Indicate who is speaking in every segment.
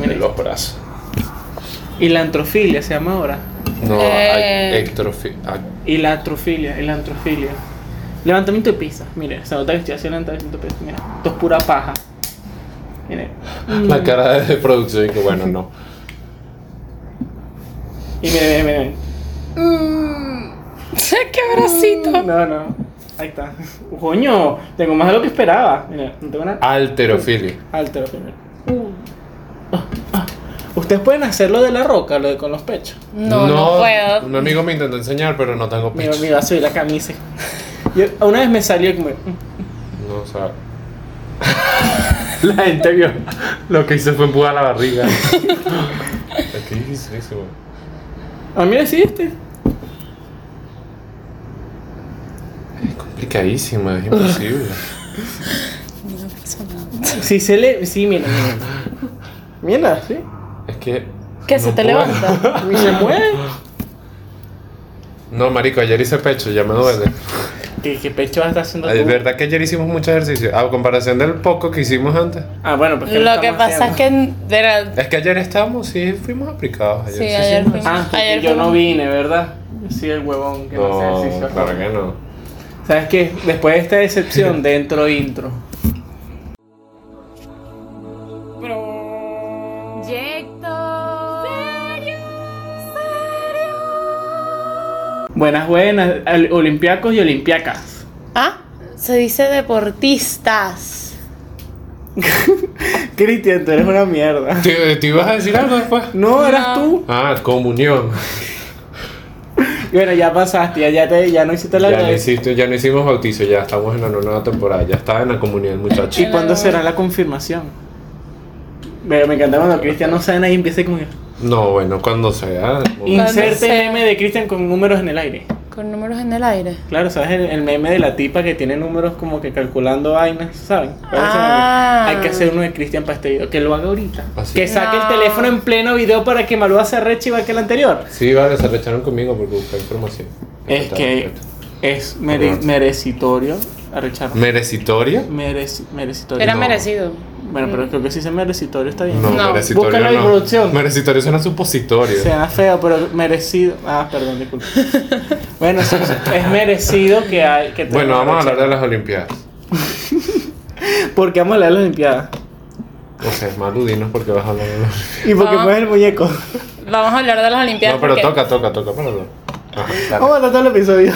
Speaker 1: de los brazos.
Speaker 2: Hilantrofilia se llama ahora.
Speaker 1: No,
Speaker 3: Eh.
Speaker 1: hay ectrofi- ah,
Speaker 2: Hilantrofilia, hilantrofilia. Levantamiento de pizza. Mire, se nota que estoy haciendo levantamiento de pizza. Mira, esto es pura paja. Mire.
Speaker 3: Mm.
Speaker 1: La cara de producción y que bueno, no.
Speaker 2: Y mire, mire, mire. Mm,
Speaker 3: Sé qué bracito.
Speaker 2: No, no. Ahí está. Coño, tengo más de lo que esperaba. Mira, no tengo nada.
Speaker 1: Alterofilia.
Speaker 2: Altero primero. Ah, ah. Ustedes pueden hacer lo de la roca, lo de con los pechos.
Speaker 3: No, no, puedo.
Speaker 1: Un amigo me intentó enseñar, pero no tengo
Speaker 2: Me,
Speaker 1: pecho.
Speaker 2: me iba a subir la camisa. Yo, una vez me salió como. "Mm,
Speaker 1: No, o sea. la gente vio. Lo que hizo fue empujar la barriga. ¿Qué dijiste eso, güey?
Speaker 2: A mí lo hiciste.
Speaker 1: Es complicadísimo, es imposible.
Speaker 3: No pasa nada.
Speaker 2: Sí, se le. Sí, mira, mira. Mira, sí.
Speaker 1: Es que.
Speaker 3: ¿Qué?
Speaker 1: no
Speaker 3: ¿Se te
Speaker 1: puedo.
Speaker 3: levanta?
Speaker 2: Ni se mueve.
Speaker 1: No, marico, ayer hice pecho, ya me duele.
Speaker 2: ¿Qué, qué pecho vas a estar haciendo
Speaker 1: Ah, Es
Speaker 2: tú?
Speaker 1: verdad que ayer hicimos mucho ejercicio. A comparación del poco que hicimos antes.
Speaker 2: Ah, bueno, porque
Speaker 3: Lo que pasa es que en- de la-
Speaker 1: Es que ayer estábamos, sí, fuimos aplicados. Ayer
Speaker 3: Sí,
Speaker 1: sí
Speaker 3: ayer
Speaker 1: hicimos-
Speaker 3: fuimos.
Speaker 2: Ah, porque
Speaker 3: ayer
Speaker 2: yo no
Speaker 3: fuimos.
Speaker 2: vine, ¿verdad? Sí, el huevón que no, hace
Speaker 1: No,
Speaker 2: ejercicio.
Speaker 1: claro que no.
Speaker 2: ¿Sabes qué? Después de esta decepción, dentro intro.
Speaker 3: Proyecto.
Speaker 2: Buenas, buenas, al- olimpiacos y olimpiacas.
Speaker 3: Ah, se dice deportistas.
Speaker 2: Cristian, tú eres una mierda.
Speaker 1: ¿Te, te ibas a decir algo después?
Speaker 2: No, eras
Speaker 3: No.
Speaker 2: tú.
Speaker 1: Ah, comunión.
Speaker 2: Y bueno, ya pasaste, ya, ya, te, ya no hiciste la
Speaker 1: Ya no,
Speaker 2: grabación.
Speaker 1: hiciste- ya no hicimos bautizo, ya estamos en la nueva temporada. Ya estaba en la comunidad el muchacho.
Speaker 2: ¿Y cuándo será la confirmación? Pero me encanta cuando Cristian no sabe nada y empieza con...
Speaker 1: No, bueno, cuando sea.
Speaker 2: Inserte
Speaker 3: sea.
Speaker 2: meme de Cristian con números en el aire.
Speaker 3: Con números en el aire.
Speaker 2: Claro, ¿sabes? El, el meme de la tipa que tiene números como que calculando vainas, ¿saben? ¿Cuál es ese meme?
Speaker 3: Ah.
Speaker 2: Hay que hacer uno de Cristian para este video, que lo haga ahorita.
Speaker 1: Así.
Speaker 2: Que saque
Speaker 3: No.
Speaker 2: el teléfono en pleno video para que Malúa se arreche igual que el anterior.
Speaker 1: Sí, vale, se recharon conmigo porque busqué información.
Speaker 2: Es que es mere-
Speaker 1: Perdón.
Speaker 2: merecitorio arrechar.
Speaker 1: ¿Merecitoria?
Speaker 2: Mereci- merecitorio.
Speaker 3: Era
Speaker 1: No.
Speaker 3: merecido.
Speaker 2: Bueno, pero creo que si se merecitorio está bien.
Speaker 1: No,
Speaker 3: No.
Speaker 1: merecitorio
Speaker 2: Búscalo en
Speaker 1: no.
Speaker 2: producción.
Speaker 1: Merecitorio suena supositorio.
Speaker 2: Sea feo, pero merecido. Ah, perdón, disculpe. bueno, es, es merecido que hay. Que
Speaker 1: bueno,
Speaker 2: tengamos
Speaker 1: vamos a hablar
Speaker 2: rechazo.
Speaker 1: de las Olimpiadas.
Speaker 2: Porque vamos a hablar de las Olimpiadas.
Speaker 1: O sea, es maludinos porque vas a hablar de las
Speaker 2: Y porque
Speaker 3: Ah.
Speaker 2: mueves el muñeco.
Speaker 3: Vamos a hablar de las Olimpiadas.
Speaker 1: No, pero
Speaker 3: porque-
Speaker 1: toca, toca, toca, perdón. Ajá, dale.
Speaker 2: Vamos a tratar el episodio.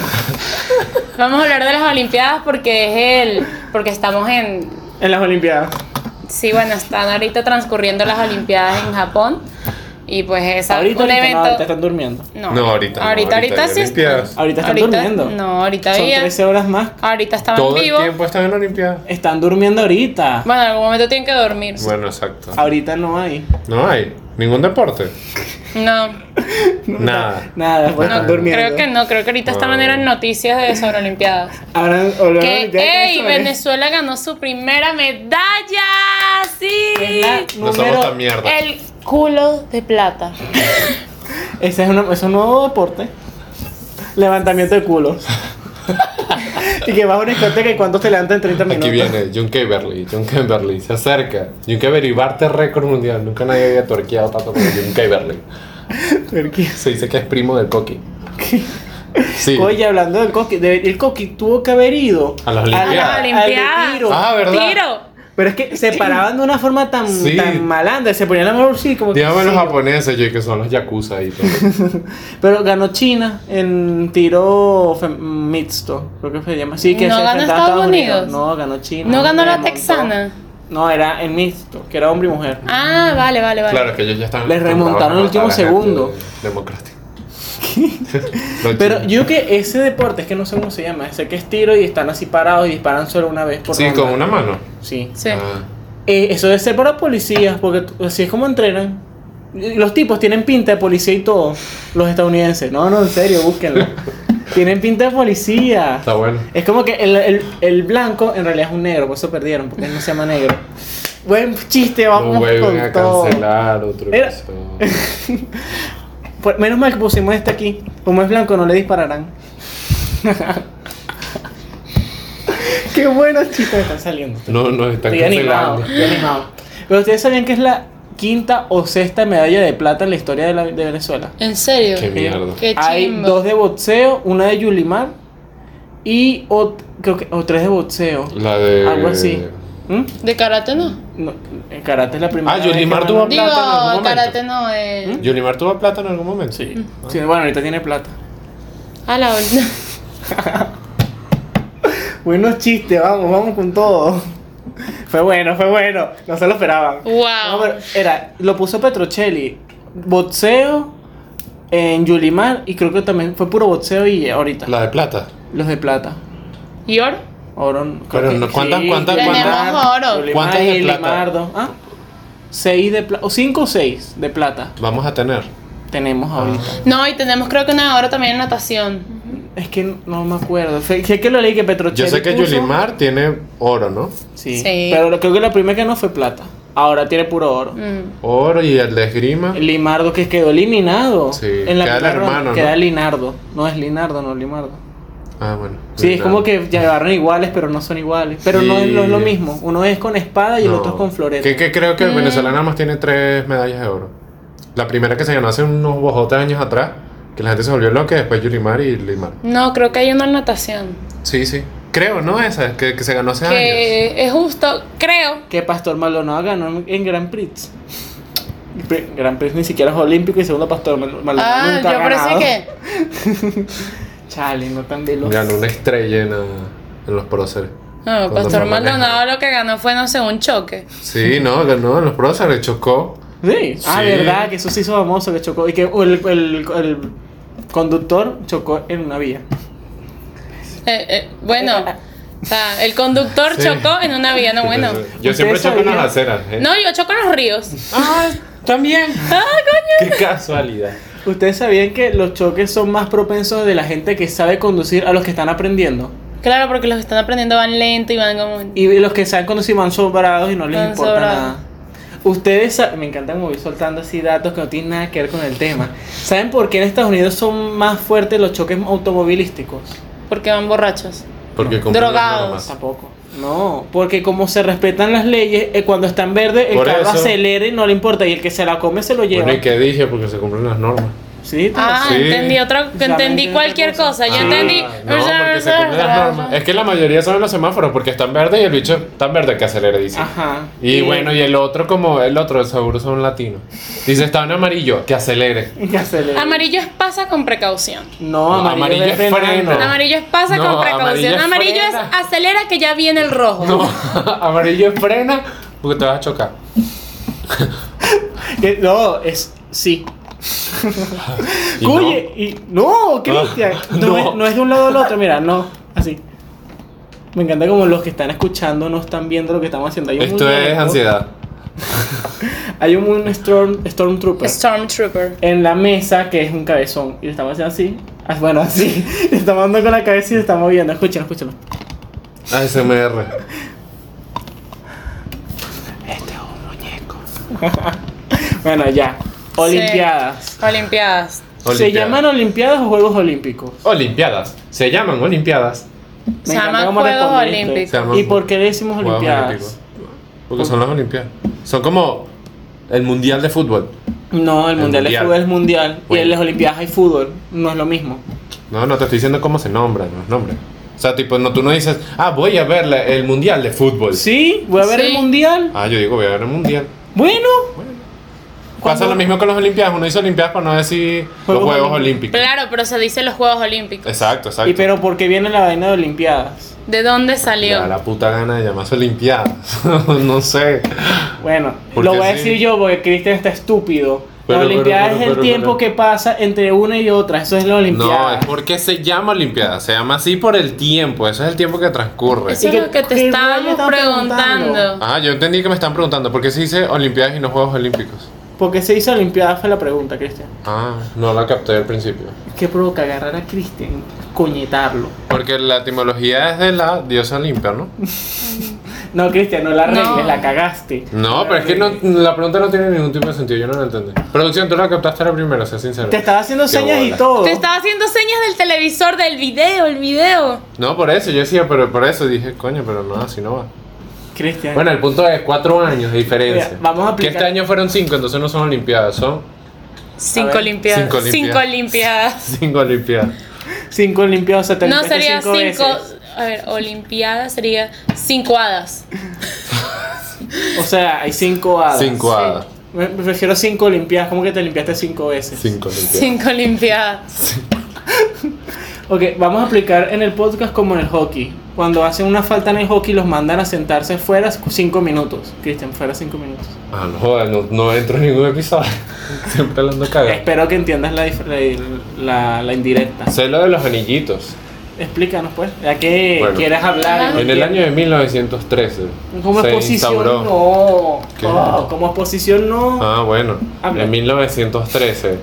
Speaker 3: Vamos a hablar de las Olimpiadas porque es el. Porque estamos en.
Speaker 2: en las Olimpiadas.
Speaker 3: Sí, bueno, están ahorita transcurriendo las Olimpiadas en Japón. Y pues es
Speaker 2: ahorita,
Speaker 3: un
Speaker 2: ahorita, no,
Speaker 3: evento.
Speaker 2: ahorita están durmiendo.
Speaker 3: No,
Speaker 1: No, ahorita no, ahorita
Speaker 3: Ahorita, ahorita
Speaker 1: hay
Speaker 3: sí.
Speaker 1: Olimpiadas.
Speaker 2: Ahorita están durmiendo.
Speaker 3: No, ahorita
Speaker 2: Son
Speaker 3: había.
Speaker 2: 13 horas más.
Speaker 3: Ahorita estaban
Speaker 1: Todo el
Speaker 3: vivos.
Speaker 1: tiempo están en Olimpiadas.
Speaker 2: Están durmiendo ahorita.
Speaker 3: Bueno, en algún momento tienen que dormir.
Speaker 1: Bueno, exacto.
Speaker 2: Ahorita no hay.
Speaker 1: No hay ningún deporte.
Speaker 3: No,
Speaker 1: Nada.
Speaker 2: Nada, después
Speaker 1: No,
Speaker 2: están durmiendo.
Speaker 3: creo que no. Creo que ahorita estaban
Speaker 1: No.
Speaker 3: eran noticias de sobre Olimpiadas.
Speaker 2: Ahora, ahora-
Speaker 3: Que,
Speaker 2: ya que
Speaker 3: ¡ey!
Speaker 2: eso ¿eh? es-
Speaker 3: Venezuela ganó su primera medalla. ¡Sí!
Speaker 2: es la
Speaker 1: No
Speaker 2: número-
Speaker 1: somos tan mierda.
Speaker 3: El culo de plata.
Speaker 2: Ese es, una- es un nuevo deporte. Levantamiento de culos. y que vas a una discoteca y cuántos te levantan en 30 minutos.
Speaker 1: Aquí viene John Kimberly, John Kimberly, se acerca. John Kimberly barte récord mundial. Nunca nadie había torqueado tanto como John Kimberly.
Speaker 2: Porque-
Speaker 1: Se dice que es primo del Coqui. Sí.
Speaker 2: Oye, hablando del coqui, de- el coqui tuvo que haber ido
Speaker 1: A las
Speaker 2: la-
Speaker 1: Olimpiadas.
Speaker 3: A las
Speaker 2: Ah, al
Speaker 3: Olimpiadas.
Speaker 2: retiro.
Speaker 1: Ah, ¿verdad?
Speaker 3: ¡Tiro!
Speaker 2: Pero es que se paraban de una forma tan,
Speaker 1: Sí.
Speaker 2: tan malandra, se ponían la mano así como que
Speaker 1: Dígame los
Speaker 2: sí.
Speaker 1: japoneses, yo, que son los yakuza y todo.
Speaker 2: Pero ganó China en tiro fem- mixto, creo que se llama. Sí, que
Speaker 3: ¿No
Speaker 2: se
Speaker 3: ganó
Speaker 2: enfrentaba a
Speaker 3: Estados Unidos?
Speaker 2: No, ganó China.
Speaker 3: ¿No ganó la
Speaker 2: remontó.
Speaker 3: texana?
Speaker 2: No, era en mixto, que era hombre y mujer.
Speaker 3: Ah, vale, vale, vale.
Speaker 1: Claro, que ellos ya están.
Speaker 2: Les remontaron el último
Speaker 1: a la gente
Speaker 2: segundo.
Speaker 1: Democrático.
Speaker 2: Pero yo que ese deporte, es que no sé cómo se llama, sé que es tiro y están así parados y disparan solo una vez por
Speaker 1: Sí,
Speaker 2: ronda.
Speaker 1: con una mano.
Speaker 2: Sí.
Speaker 3: Sí.
Speaker 1: Ah.
Speaker 2: Eh, eso debe ser para policías, porque t- así es como entrenan. Y Los tipos tienen pinta de policía y todo, los estadounidenses. No, no, en serio, búsquenlo. tienen pinta de policía.
Speaker 1: Está bueno.
Speaker 2: Es como que el, el- el blanco en realidad es un negro, por eso perdieron, porque él no se llama negro. Buen chiste,
Speaker 1: Lo
Speaker 2: vamos
Speaker 1: vuelven
Speaker 2: con
Speaker 1: a
Speaker 2: todo.
Speaker 1: cancelar otro
Speaker 2: Era-
Speaker 1: episodio.
Speaker 2: Pues, menos mal que pusimos este aquí. Como es blanco, no le dispararán. Qué buenos chistes están saliendo.
Speaker 1: No, no, están
Speaker 2: Estoy animado,
Speaker 1: cancelando.
Speaker 2: estoy animado. Pero ustedes sabían que es la quinta o sexta medalla de plata en la historia de, la- de Venezuela.
Speaker 3: ¿En serio?
Speaker 1: Qué mierda.
Speaker 3: Qué
Speaker 2: Hay
Speaker 3: chimbo.
Speaker 2: dos de boxeo, una de Yulimar y ot- creo que, o tres de boxeo.
Speaker 1: La de.
Speaker 2: Algo así. ¿Mm?
Speaker 3: ¿De karate no?
Speaker 2: No, el karate es la primera.
Speaker 1: Ah,
Speaker 2: vez que
Speaker 1: Yulimar
Speaker 2: gana-
Speaker 1: tuvo
Speaker 3: Digo,
Speaker 1: plata en algún momento. ¿Mm?
Speaker 3: karate no, eh. de...
Speaker 1: Yulimar tuvo plata en algún momento.
Speaker 2: Sí. Sí, Bueno, ahorita tiene plata.
Speaker 3: A la verdad.
Speaker 2: Buenos chistes, vamos, vamos con todo. Fue bueno, fue bueno. No se lo esperaban.
Speaker 3: Wow.
Speaker 2: No, pero era, lo puso Petrocelli. Boxeo en Yulimar y creo que también fue puro boxeo y ahorita.
Speaker 1: La de plata.
Speaker 2: Los de plata.
Speaker 3: ¿Y oro?
Speaker 2: Oro. creo
Speaker 1: Pero
Speaker 2: que-
Speaker 1: no, ¿cuántas- cuántas-
Speaker 3: Tenemos cuántas- oro.
Speaker 2: Yulimar
Speaker 1: ¿Cuántas de
Speaker 2: y
Speaker 1: plata?
Speaker 2: Limardo. Ah, seis de plata. O cinco o seis de plata
Speaker 1: Vamos a tener.
Speaker 2: tenemos
Speaker 1: Ah.
Speaker 2: ahorita.
Speaker 3: No, y tenemos creo que una de oro también en natación.
Speaker 2: Es que no me acuerdo. Fue- Sé que lo leí que Petrocelli.
Speaker 1: Yo sé que
Speaker 2: puso.
Speaker 1: Yulimar tiene oro, ¿no?
Speaker 2: Sí.
Speaker 3: Sí.
Speaker 2: Pero lo- creo que la primera que no fue plata. Ahora tiene puro oro.
Speaker 3: Mm.
Speaker 1: Oro y el de esgrima.
Speaker 2: Limardo que quedó eliminado.
Speaker 1: Sí, queda el
Speaker 2: primera ronda
Speaker 1: hermano, ¿no?
Speaker 2: Queda Linardo. No es Linardo, no Limardo.
Speaker 1: Ah, bueno.
Speaker 2: Sí, es
Speaker 1: Claro.
Speaker 2: como que llegaron iguales, pero no son iguales. Pero no, es, no es lo
Speaker 1: Sí.
Speaker 2: mismo. Uno es con espada y el
Speaker 1: No.
Speaker 2: otro es con floreta. Eh.
Speaker 1: Que, que creo que el venezolano nada más tiene tres medallas de oro. La primera que se ganó hace unos bojotes años atrás, que la gente se volvió loca, después Yulimar y Limar.
Speaker 3: No, creo que hay una en natación.
Speaker 1: Sí, sí. Creo, ¿no? Esa, que, que se ganó hace años.
Speaker 3: Que es justo, creo.
Speaker 2: Que Pastor Maldonado ganó en, en Grand Prix. Pri- Grand Prix ni siquiera es olímpico y segundo Pastor Mal- Maldonado.
Speaker 3: Ah,
Speaker 2: nunca ha
Speaker 3: yo pensé
Speaker 2: ganado.
Speaker 3: que...
Speaker 2: Chale, no tan veloz.
Speaker 1: Ganó una estrella en, la- en los próceres.
Speaker 3: No,
Speaker 1: Cuando
Speaker 3: Ah, Pastor
Speaker 1: fue manejando.
Speaker 3: Maldonado lo que ganó fue, no sé, un choque.
Speaker 1: Sí, no, ganó en los próceres, chocó.
Speaker 2: Sí. Ah,
Speaker 1: Sí.
Speaker 2: verdad, que eso sí hizo famoso, que chocó. Y que el, el- el conductor chocó en una vía.
Speaker 3: Eh, eh, bueno, o sea, el conductor
Speaker 1: Sí.
Speaker 3: chocó en una vía, no Ah, bueno.
Speaker 1: Yo siempre
Speaker 2: ¿Ustedes
Speaker 1: choco en las
Speaker 2: sabían?
Speaker 1: aceras. ¿eh?
Speaker 3: No, yo choco en los ríos.
Speaker 1: Ah, también.
Speaker 3: ¡Ah, coño!
Speaker 1: Qué casualidad.
Speaker 2: ¿Ustedes sabían que los choques son más propensos de la gente que sabe conducir a los que están aprendiendo?
Speaker 3: Claro, porque los que están aprendiendo van lento y van como...
Speaker 2: Y los que saben conducir van sobrados y no les
Speaker 3: Van
Speaker 2: importa
Speaker 3: sobrados.
Speaker 2: nada. Ustedes sa- me encanta como voy soltando así datos que no tienen nada que ver con el tema. ¿Saben por qué en Estados Unidos son más fuertes los choques automovilísticos?
Speaker 3: Porque van borrachos.
Speaker 1: Porque cumplen las
Speaker 3: Drogados.
Speaker 1: normas.
Speaker 2: Tampoco. No, porque como se respetan las leyes, eh, cuando está en verde, el
Speaker 1: Por
Speaker 2: carro
Speaker 1: eso.
Speaker 2: acelera y no le importa. Y el que se la come se lo lleva.
Speaker 1: Bueno, ¿y qué dije? Porque se cumplen las normas.
Speaker 2: Sí, te lo
Speaker 3: Ah,
Speaker 1: Sí.
Speaker 3: entendí otra,
Speaker 2: Ya entendí
Speaker 3: entendí
Speaker 2: otra
Speaker 3: cualquier cosa.
Speaker 2: cosa.
Speaker 3: Yo
Speaker 1: Ah,
Speaker 3: entendí.
Speaker 1: No, porque se cumplen las normas. Es que la mayoría son en los semáforos porque están verdes y el bicho tan verde que acelera, dice.
Speaker 2: Ajá.
Speaker 1: Y bueno, y el otro, como el otro, seguro son latinos. Dice, está en amarillo, que acelere.
Speaker 2: Y acelera.
Speaker 3: Amarillo es pasa con precaución.
Speaker 2: No,
Speaker 1: No,
Speaker 2: amarillo,
Speaker 1: amarillo
Speaker 2: de
Speaker 1: es
Speaker 2: freno.
Speaker 1: freno. No.
Speaker 3: Amarillo es pasa
Speaker 1: No,
Speaker 3: con precaución.
Speaker 1: amarillo es
Speaker 3: Amarillo es
Speaker 1: frena.
Speaker 3: acelera que ya viene el rojo.
Speaker 1: No, amarillo frena porque te vas a chocar.
Speaker 2: Que- no, es sí.
Speaker 1: Y
Speaker 2: Oye, y no, Cristian,
Speaker 1: Ah,
Speaker 2: no,
Speaker 1: no.
Speaker 2: Es, no es de un lado al otro, mira, no, así. Me encanta como los que están escuchando no están viendo lo que estamos haciendo. Hay
Speaker 1: no.
Speaker 2: un
Speaker 1: Esto
Speaker 2: mundo
Speaker 1: es
Speaker 2: loco.
Speaker 1: ansiedad.
Speaker 2: Hay un, un storm, stormtrooper
Speaker 3: Stormtrooper.
Speaker 2: en la mesa que es un cabezón y lo estamos haciendo así. Ah, Bueno, así. Le estamos dando con la cabeza y lo estamos viendo. Escúchalo, escúchalo.
Speaker 1: ASMR.
Speaker 2: Bueno, ya. Olimpiadas.
Speaker 3: Sí. Olimpiadas.
Speaker 2: ¿Se llaman Olimpiadas o Juegos Olímpicos?
Speaker 1: Olimpiadas. Se llaman Olimpiadas.
Speaker 3: Se llaman
Speaker 2: encanta cómo
Speaker 3: Juegos
Speaker 2: respondiste.
Speaker 3: Olímpicos.
Speaker 1: Se llaman
Speaker 2: ¿Y por qué le decimos
Speaker 1: Juegos
Speaker 2: Olimpiadas?
Speaker 1: Olímpicos. Porque son las Olimpiadas. Son como el Mundial de Fútbol.
Speaker 2: No, el,
Speaker 1: El
Speaker 2: mundial, de
Speaker 1: mundial.
Speaker 2: fútbol es mundial y
Speaker 1: Bueno.
Speaker 2: en las Olimpiadas hay fútbol, no es lo mismo.
Speaker 1: No, no te estoy diciendo cómo se nombran los nombres. O sea, tipo, no, tú no dices, ah, voy a ver la- el Mundial de Fútbol.
Speaker 2: Sí, voy a ver
Speaker 3: Sí.
Speaker 2: el mundial.
Speaker 1: Ah, yo digo, voy a ver el Mundial.
Speaker 2: Bueno,
Speaker 1: Pasa lo
Speaker 2: ¿Cuándo?
Speaker 1: mismo con las Olimpiadas. Uno dice Olimpiadas para no decir los
Speaker 2: Juegos
Speaker 1: Juegos
Speaker 2: Olímpicos.
Speaker 1: Olímpicos.
Speaker 3: Claro, pero se dice los Juegos Olímpicos.
Speaker 1: Exacto, exacto.
Speaker 2: y pero ¿por qué viene la vaina de Olimpiadas?
Speaker 3: ¿De dónde salió?
Speaker 1: Ya, la puta gana de llamarse Olimpiadas. no sé.
Speaker 2: Bueno,
Speaker 1: Porque
Speaker 2: lo voy a
Speaker 1: sí.
Speaker 2: decir yo porque Cristian está estúpido.
Speaker 1: Pero,
Speaker 2: la
Speaker 1: pero,
Speaker 2: Olimpiada
Speaker 1: pero,
Speaker 2: es el
Speaker 1: pero,
Speaker 2: tiempo
Speaker 1: pero.
Speaker 2: que pasa entre una y otra, eso es la
Speaker 1: No,
Speaker 2: Olimpiada.
Speaker 1: es porque se llama Olimpiada. Se llama así por el tiempo. Eso es el tiempo que transcurre.
Speaker 2: ¿Y
Speaker 3: Eso es
Speaker 2: qué-
Speaker 3: lo que te
Speaker 2: qué
Speaker 3: estábamos
Speaker 2: rollo estaban
Speaker 3: preguntando.
Speaker 2: preguntando?
Speaker 1: Ah, yo entendí que me están preguntando por qué se dice Olimpiadas y no Juegos Olímpicos.
Speaker 2: Porque se hizo Olimpiada fue la pregunta, Cristian.
Speaker 1: Ah, no la capté al principio.
Speaker 2: ¿Qué provoca agarrar a Cristian? Coñetarlo.
Speaker 1: Porque la etimología es de la diosa Olimpia, ¿no?
Speaker 2: No, Cristian, no la
Speaker 3: No.
Speaker 2: arregles, la cagaste.
Speaker 1: No, pero es que no, la pregunta no tiene ningún tipo de sentido, yo no la entendí. Producción, tú la captaste la primera, sea sincero.
Speaker 2: Te estaba haciendo
Speaker 1: Qué
Speaker 2: señas y
Speaker 1: bola.
Speaker 2: todo.
Speaker 3: Te estaba haciendo señas del televisor, del video, el video.
Speaker 1: No, por eso, yo decía, pero por eso dije, coño, pero no, así no va.
Speaker 2: Cristian.
Speaker 1: Bueno, el punto es cuatro años de diferencia.
Speaker 2: Mira, vamos a aplicar-
Speaker 1: Que este año fueron cinco, entonces no son Olimpiadas, son
Speaker 3: Cinco
Speaker 2: ver.
Speaker 3: Olimpiadas.
Speaker 1: Cinco
Speaker 3: Cinco
Speaker 1: Olimpiadas.
Speaker 3: Olimpiadas.
Speaker 1: cinco Olimpiadas.
Speaker 2: Cinco limpiados, se te
Speaker 3: No,
Speaker 2: limpiaste
Speaker 3: sería
Speaker 2: cinco
Speaker 3: cinco.
Speaker 2: veces.
Speaker 3: a ver, Olimpiadas sería cinco hadas.
Speaker 2: O sea, hay cinco hadas.
Speaker 1: Cinco
Speaker 3: Sí.
Speaker 1: hadas.
Speaker 2: Me, me refiero a cinco Olimpiadas. ¿Cómo que te limpiaste cinco veces?
Speaker 1: Cinco Olimpiadas.
Speaker 3: Cinco Olimpiadas.
Speaker 2: Ok, vamos a aplicar en el podcast como en el hockey. Cuando hacen una falta en el hockey, los mandan a sentarse fuera cinco minutos. Cristian, fuera cinco minutos.
Speaker 1: Ah, no jodas, no, no entro en ningún episodio. Siempre hablando caga.
Speaker 2: Espero que entiendas la, dif- la, la- la indirecta.
Speaker 1: Sé lo de los anillitos.
Speaker 2: Explícanos, pues, ya que
Speaker 1: Bueno.
Speaker 2: quieres hablar.
Speaker 3: Ajá.
Speaker 1: En el año de 1913.
Speaker 2: Como
Speaker 1: se
Speaker 2: exposición,
Speaker 1: instauró-
Speaker 2: no.
Speaker 1: ¿Qué?
Speaker 2: Oh, como exposición, no.
Speaker 1: Ah, bueno.
Speaker 2: Habla.
Speaker 1: En 1913.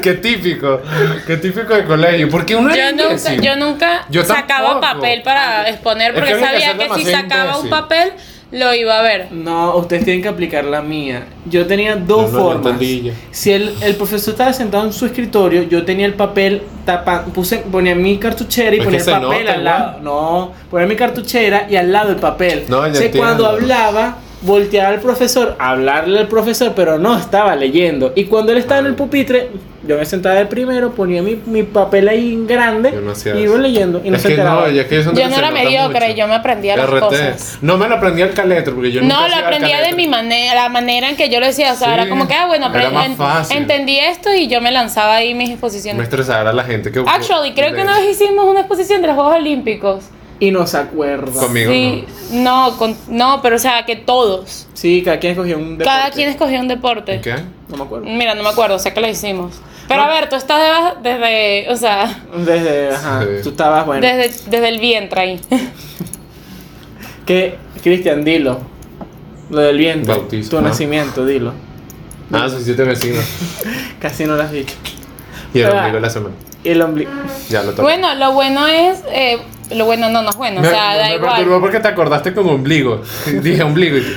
Speaker 1: qué típico. Qué típico de colegio. Porque uno era
Speaker 3: Yo nunca,
Speaker 1: imbécil.
Speaker 3: yo nunca
Speaker 1: Yo
Speaker 3: sacaba
Speaker 1: tampoco.
Speaker 3: papel
Speaker 2: Ah,
Speaker 3: para
Speaker 1: Es
Speaker 3: exponer
Speaker 1: que
Speaker 3: porque
Speaker 1: había que
Speaker 3: sabía
Speaker 1: ser
Speaker 3: que si
Speaker 1: demasiado
Speaker 3: sacaba un
Speaker 1: imbécil.
Speaker 3: papel lo iba a ver.
Speaker 2: No, ustedes tienen que aplicar la mía. Yo tenía
Speaker 1: No,
Speaker 2: dos
Speaker 1: no, no
Speaker 2: formas.
Speaker 1: entendí yo.
Speaker 2: si el, el profesor estaba sentado en su escritorio, yo tenía el papel tapa, puse, ponía mi cartuchera y
Speaker 1: Es
Speaker 2: ponía
Speaker 1: que
Speaker 2: el
Speaker 1: se
Speaker 2: papel
Speaker 1: nota,
Speaker 2: al lado.
Speaker 1: igual.
Speaker 2: No, ponía mi cartuchera y al lado el papel.
Speaker 1: No, ya
Speaker 2: O sea,
Speaker 1: entiendo.
Speaker 2: cuando hablaba, volteaba al profesor, hablarle al profesor, pero no estaba leyendo. Y cuando él estaba en el pupitre, yo me sentaba de primero, ponía mi, mi papel ahí en grande
Speaker 1: Yo no hacía
Speaker 2: y iba
Speaker 1: eso.
Speaker 2: leyendo. Y no
Speaker 1: es
Speaker 2: se
Speaker 1: que
Speaker 2: enteraba.
Speaker 1: no, ya que
Speaker 3: Yo no era mediocre, yo me aprendía las cosas.
Speaker 1: No me lo aprendí al caletro, porque yo
Speaker 3: No,
Speaker 1: nunca
Speaker 3: lo
Speaker 1: hacía
Speaker 3: aprendía de
Speaker 1: alcaletro.
Speaker 3: mi manera, la manera en que yo lo decía. O sea,
Speaker 1: Sí,
Speaker 3: era como que, ah, bueno,
Speaker 1: era
Speaker 3: aprendí-
Speaker 1: más
Speaker 3: en-
Speaker 1: fácil.
Speaker 3: entendí esto y yo me lanzaba ahí mis
Speaker 1: No
Speaker 3: exposiciones.
Speaker 1: estresar a la gente que...
Speaker 3: Actually, creo que una vez hicimos una exposición de los Juegos Olímpicos.
Speaker 2: Y no se acuerda.
Speaker 1: Conmigo
Speaker 3: Sí, no, con- no, pero o sea, que todos.
Speaker 2: Sí, cada quien escogió un deporte.
Speaker 3: Cada quien Mm, escogió un deporte.
Speaker 1: no. ¿Qué?
Speaker 2: No me acuerdo.
Speaker 3: Mira, no me acuerdo, sé que lo hicimos. Pero
Speaker 2: No.
Speaker 3: a ver, tú estás deba- desde, o sea,
Speaker 2: Desde, ajá,
Speaker 1: Sí.
Speaker 2: tú estabas bueno.
Speaker 3: desde, desde el vientre ahí.
Speaker 2: Que, Cristian, dilo. Lo del viento.
Speaker 1: Bautismo,
Speaker 2: Tu
Speaker 1: ¿no?
Speaker 2: nacimiento, dilo.
Speaker 1: Ah, soy siete vecinos.
Speaker 2: Casi no lo has dicho.
Speaker 1: Y el
Speaker 2: Ah.
Speaker 1: ombligo de la semana.
Speaker 2: Y el ombligo.
Speaker 1: Ya lo toqué.
Speaker 3: Bueno, lo bueno es, eh, lo bueno no, no es bueno, o
Speaker 1: Me-
Speaker 3: sea,
Speaker 1: me,
Speaker 3: da igual.
Speaker 1: perturbó porque te acordaste con ombligo. Dije ombligo y tú,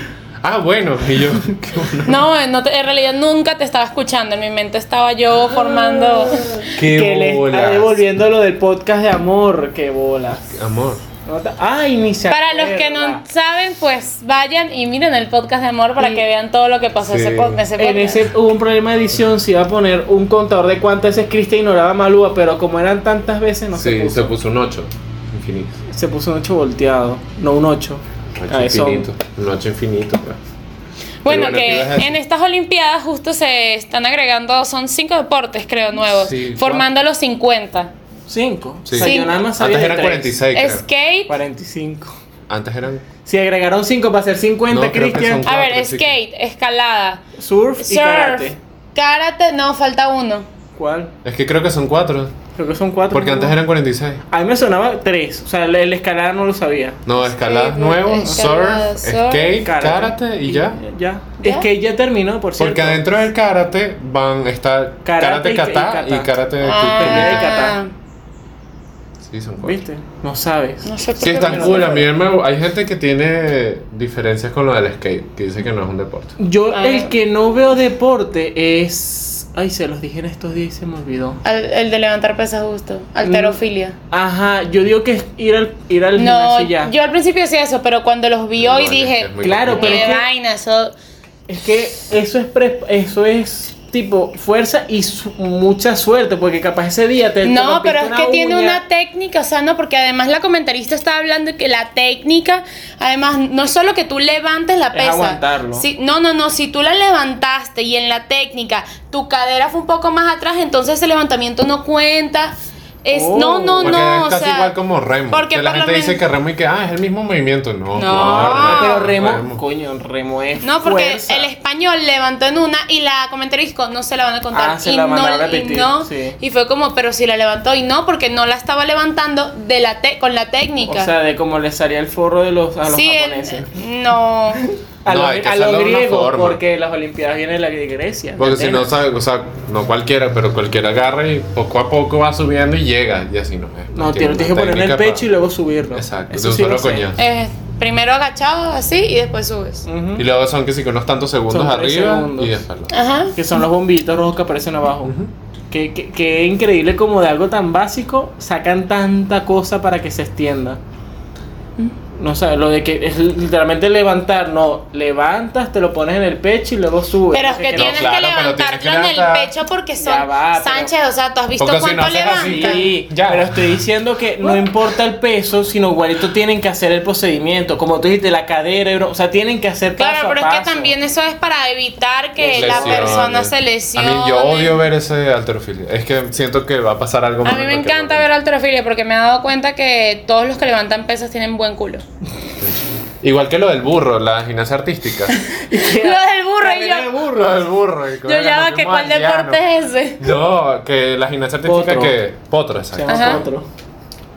Speaker 1: ah, bueno. Y yo, qué bueno.
Speaker 3: No, no te- en realidad nunca te estaba escuchando, en mi mente estaba yo
Speaker 1: Ah.
Speaker 3: formando...
Speaker 2: que le está
Speaker 1: bolas.
Speaker 2: devolviendo lo del podcast de amor. Qué bolas.
Speaker 1: Amor.
Speaker 2: No te- Ay, ni se
Speaker 3: Para los que no
Speaker 2: acuerda.
Speaker 3: saben, pues vayan y miren el podcast de amor para
Speaker 2: Y-
Speaker 3: que vean todo lo que pasó
Speaker 1: Sí.
Speaker 3: ese pod- en ese
Speaker 2: En
Speaker 3: podcast.
Speaker 2: ese hubo un problema de edición, se iba a poner un contador de cuántas veces Cristian ignoraba a Malúa, pero como eran tantas veces, no
Speaker 1: sí,
Speaker 2: se puso.
Speaker 1: se puso un 8. Infinito.
Speaker 2: Se puso un 8 volteado, no un 8.
Speaker 1: Ocho
Speaker 2: Ah,
Speaker 1: infinito. Un 8 infinito. pues. Pero
Speaker 3: Bueno,
Speaker 1: bueno, ¿qué ibas a
Speaker 3: que
Speaker 1: decir?
Speaker 3: en estas Olimpiadas justo se están agregando, son cinco deportes creo nuevos,
Speaker 1: Sí,
Speaker 3: formando los 50.
Speaker 2: 5.
Speaker 1: Sí.
Speaker 2: O sea, yo
Speaker 3: Cinco.
Speaker 2: nada más sabía
Speaker 1: Antes
Speaker 2: de
Speaker 1: eran
Speaker 2: tres.
Speaker 1: 46. creo.
Speaker 3: Skate,
Speaker 2: 45.
Speaker 1: Antes eran.
Speaker 2: Si agregaron 5 para hacer 50,
Speaker 1: No, creo que
Speaker 2: Cristian.
Speaker 1: son-
Speaker 3: a
Speaker 1: cuatro,
Speaker 3: ver,
Speaker 1: sí.
Speaker 3: skate, escalada,
Speaker 2: Surf y
Speaker 3: surf,
Speaker 2: karate.
Speaker 3: karate. no, falta uno.
Speaker 2: ¿Cuál?
Speaker 1: Es que creo que son 4.
Speaker 2: Creo que son 4.
Speaker 1: Porque antes eran 46.
Speaker 2: A mí me sonaba 3. O sea, el, el escalar no lo sabía.
Speaker 1: No, escaladas
Speaker 3: Skateboard,
Speaker 1: nuevo,
Speaker 3: escalada,
Speaker 1: surf,
Speaker 3: surf,
Speaker 1: skate, karate, y ya.
Speaker 2: Ya.
Speaker 3: ¿Ya?
Speaker 2: Es que ya terminó, por cierto.
Speaker 1: Porque adentro del karate van está karate,
Speaker 2: Karate y-
Speaker 1: kata
Speaker 2: y kata.
Speaker 1: y karate de
Speaker 3: Ah,
Speaker 1: Sí, son cuatro.
Speaker 2: ¿Viste? No sabes.
Speaker 3: no sé por
Speaker 1: Sí,
Speaker 3: qué
Speaker 1: están
Speaker 3: me-
Speaker 1: cool. A mí me- hay gente que tiene diferencias con lo del skate, que dice que no es un deporte.
Speaker 2: Yo,
Speaker 3: Ah.
Speaker 2: el que no veo deporte es. Ay, se los dije en estos días y se me olvidó.
Speaker 3: Al- el de levantar pesas justo, alterofilia.
Speaker 2: Mm. Ajá, yo digo que es ir al, ir al
Speaker 3: No,
Speaker 2: gimnasio y ya.
Speaker 3: yo al principio hacía eso, pero cuando los vi hoy
Speaker 1: No,
Speaker 3: dije,
Speaker 1: es muy
Speaker 2: claro,
Speaker 1: complicado.
Speaker 3: qué
Speaker 2: pero es que-
Speaker 3: vaina, eso...
Speaker 2: Es que eso es pres- eso es tipo fuerza y su- mucha suerte, porque capaz ese día te te
Speaker 3: No,
Speaker 2: rompiste
Speaker 3: pero es que tiene
Speaker 2: uña.
Speaker 3: una técnica, o sea, no, porque además la comentarista estaba hablando de que la técnica, además, no es solo que tú levantes la
Speaker 2: Es
Speaker 3: pesa.
Speaker 2: aguantarlo.
Speaker 3: Si- no, no, no, si tú la levantaste y en la técnica tu cadera fue un poco más atrás, entonces el levantamiento no cuenta. Es,
Speaker 2: Oh.
Speaker 3: no, no,
Speaker 1: Porque
Speaker 3: no,
Speaker 1: es
Speaker 3: o
Speaker 1: casi
Speaker 3: sea,
Speaker 1: igual como remo.
Speaker 3: porque
Speaker 1: que la
Speaker 3: por lo
Speaker 1: gente dice
Speaker 3: menos-
Speaker 1: que remo y que ah, es el mismo movimiento. No,
Speaker 3: No.
Speaker 2: Ah, pero remo,
Speaker 1: remo.
Speaker 2: coño, remo es
Speaker 3: No, porque
Speaker 2: fuerza.
Speaker 3: el español levantó en una y la comentarista no se la van a contar.
Speaker 2: Ah, se
Speaker 3: y
Speaker 2: la
Speaker 3: no,
Speaker 2: mandaron a
Speaker 3: y
Speaker 2: repetir,
Speaker 3: no.
Speaker 2: sí.
Speaker 3: Y fue como, pero si la levantó y no, porque no la estaba levantando de la te- con la técnica.
Speaker 2: O sea, de cómo les salía el forro de los, a los
Speaker 3: Sí, en-
Speaker 2: japoneses.
Speaker 3: no.
Speaker 2: A
Speaker 1: No,
Speaker 2: los,
Speaker 1: hay que
Speaker 2: a los
Speaker 1: hacerlo de una
Speaker 2: griegos,
Speaker 1: forma.
Speaker 2: porque las Olimpiadas vienen de la de Grecia. de
Speaker 1: Porque si no
Speaker 2: Atenas.
Speaker 1: sabe, o sea, no cualquiera, pero cualquiera agarra y poco a poco va subiendo y llega. Y así no es.
Speaker 2: No, tienes que
Speaker 1: una
Speaker 2: poner en el
Speaker 1: técnica
Speaker 2: pecho y
Speaker 1: para-
Speaker 2: luego subirlo.
Speaker 1: Exacto,
Speaker 2: Eso
Speaker 1: de un
Speaker 2: sí lo
Speaker 1: solo
Speaker 2: sé.
Speaker 1: coñazo.
Speaker 3: Eh, primero agachado así y después subes.
Speaker 2: Ujú.
Speaker 1: Y luego son que si con unos tantos segundos
Speaker 2: Son tres
Speaker 1: arriba
Speaker 2: segundos.
Speaker 1: y después lo-
Speaker 3: Ajá.
Speaker 2: Que son los bombillitos rojos que aparecen abajo. Que, que- que increíble como de algo tan básico sacan tanta cosa para que se extienda. No sabes, lo de que es literalmente levantar, no, levantas, te lo pones en el pecho y luego subes.
Speaker 3: Pero es que
Speaker 2: No sé
Speaker 1: tiene-
Speaker 3: tienes
Speaker 1: claro,
Speaker 3: que
Speaker 1: pero tienes que
Speaker 3: levantártelo en el
Speaker 1: levantar.
Speaker 3: pecho porque
Speaker 2: Ya
Speaker 3: son
Speaker 2: va, pero-
Speaker 3: Sánchez, o sea, tú has visto
Speaker 1: Porque si
Speaker 3: cuánto
Speaker 1: no haces así,
Speaker 3: levanta.
Speaker 2: Sí,
Speaker 1: Ya.
Speaker 2: pero estoy diciendo que no importa el peso, sino igualito tienen que hacer el procedimiento. Como tú dijiste, la cadera, bro, o sea, tienen que hacer paso
Speaker 3: Claro,
Speaker 2: a
Speaker 3: pero es que
Speaker 2: paso.
Speaker 3: también eso es para evitar que la
Speaker 1: Lesiones.
Speaker 3: persona se lesione.
Speaker 1: A mí yo odio ver ese alterofilia. Es que siento que va a pasar algo
Speaker 3: A
Speaker 1: malo
Speaker 3: mí
Speaker 1: en
Speaker 3: me
Speaker 1: cualquier
Speaker 3: encanta ver
Speaker 1: momento.
Speaker 3: alterofilia porque me he dado cuenta que todos los que levantan pesas tienen buen culo.
Speaker 1: Igual que lo del burro, la gimnasia artística.
Speaker 3: Lo del burro y
Speaker 2: Cadera de
Speaker 3: yo.
Speaker 1: burro, el burro. el
Speaker 3: Yo
Speaker 1: colega,
Speaker 3: ya
Speaker 1: nos
Speaker 3: va, que
Speaker 1: fuimos
Speaker 3: cuál
Speaker 1: al llano.
Speaker 3: deporte es ese.
Speaker 1: No, que la gimnasia artística
Speaker 2: Potro.
Speaker 1: que. Potro,
Speaker 2: Se
Speaker 1: exacto.
Speaker 2: llama
Speaker 3: Ajá.
Speaker 2: otro.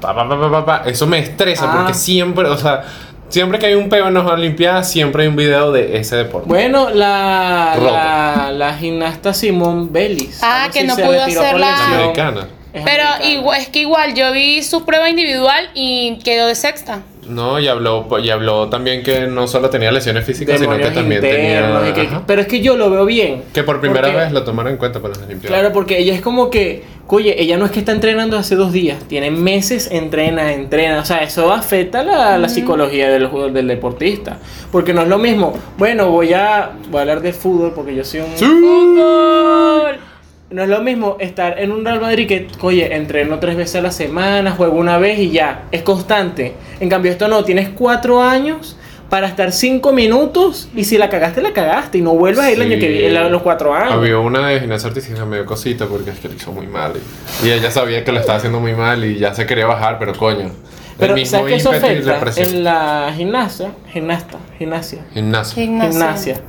Speaker 1: Pa, pa, pa, pa, pa, pa. Eso me estresa
Speaker 2: Ah.
Speaker 1: porque siempre, o sea, siempre que hay un peo en las Olimpiadas, siempre hay un video de ese deporte.
Speaker 2: Bueno, la,
Speaker 1: Robo.
Speaker 2: la, la gimnasta Simón Vélez.
Speaker 3: Ah,
Speaker 2: Algo
Speaker 3: que
Speaker 2: así,
Speaker 3: no
Speaker 2: se
Speaker 3: pudo
Speaker 2: retiró por
Speaker 3: hacer la-
Speaker 2: lesión.
Speaker 1: Americana.
Speaker 2: Es
Speaker 3: Pero
Speaker 2: americana.
Speaker 3: igual, es que igual, yo vi su prueba individual y quedó de sexta.
Speaker 1: No, y habló, y habló también que no solo tenía lesiones físicas, sino
Speaker 2: Demonios
Speaker 1: que también
Speaker 2: internos
Speaker 1: tenía.
Speaker 2: y que-
Speaker 1: ajá.
Speaker 2: pero es que yo lo veo bien.
Speaker 1: Que por primera
Speaker 2: Porque-
Speaker 1: vez lo tomaron en cuenta para las Olimpiadas.
Speaker 2: Claro, porque ella es como que, oye, ella no es que está entrenando hace dos días, tiene meses, entrena, entrena, o sea, eso afecta la, la psicología del, jugador- del deportista, porque no es lo mismo, bueno, voy a, voy a hablar de fútbol porque yo soy un...
Speaker 1: ¡Fútbol!
Speaker 2: No es lo mismo estar en un Real Madrid que, oye, entreno tres veces a la semana, juego una vez y ya, es constante. En cambio, esto no, tienes cuatro años para estar cinco minutos y si la cagaste, la cagaste y no vuelvas a ir el año que viene, a los cuatro años.
Speaker 1: Había una de gimnasia artística que me dio cosita porque es que lo hizo muy mal. Y, y ella sabía que lo estaba haciendo muy mal y ya se quería bajar, pero coño.
Speaker 2: Pero
Speaker 1: el mismo
Speaker 2: ¿sabes que eso
Speaker 1: ímpetu y la
Speaker 2: afecta?
Speaker 1: presión.
Speaker 2: En la gimnasia, gimnasta, gimnasia,
Speaker 1: Gimnasio.
Speaker 2: gimnasia,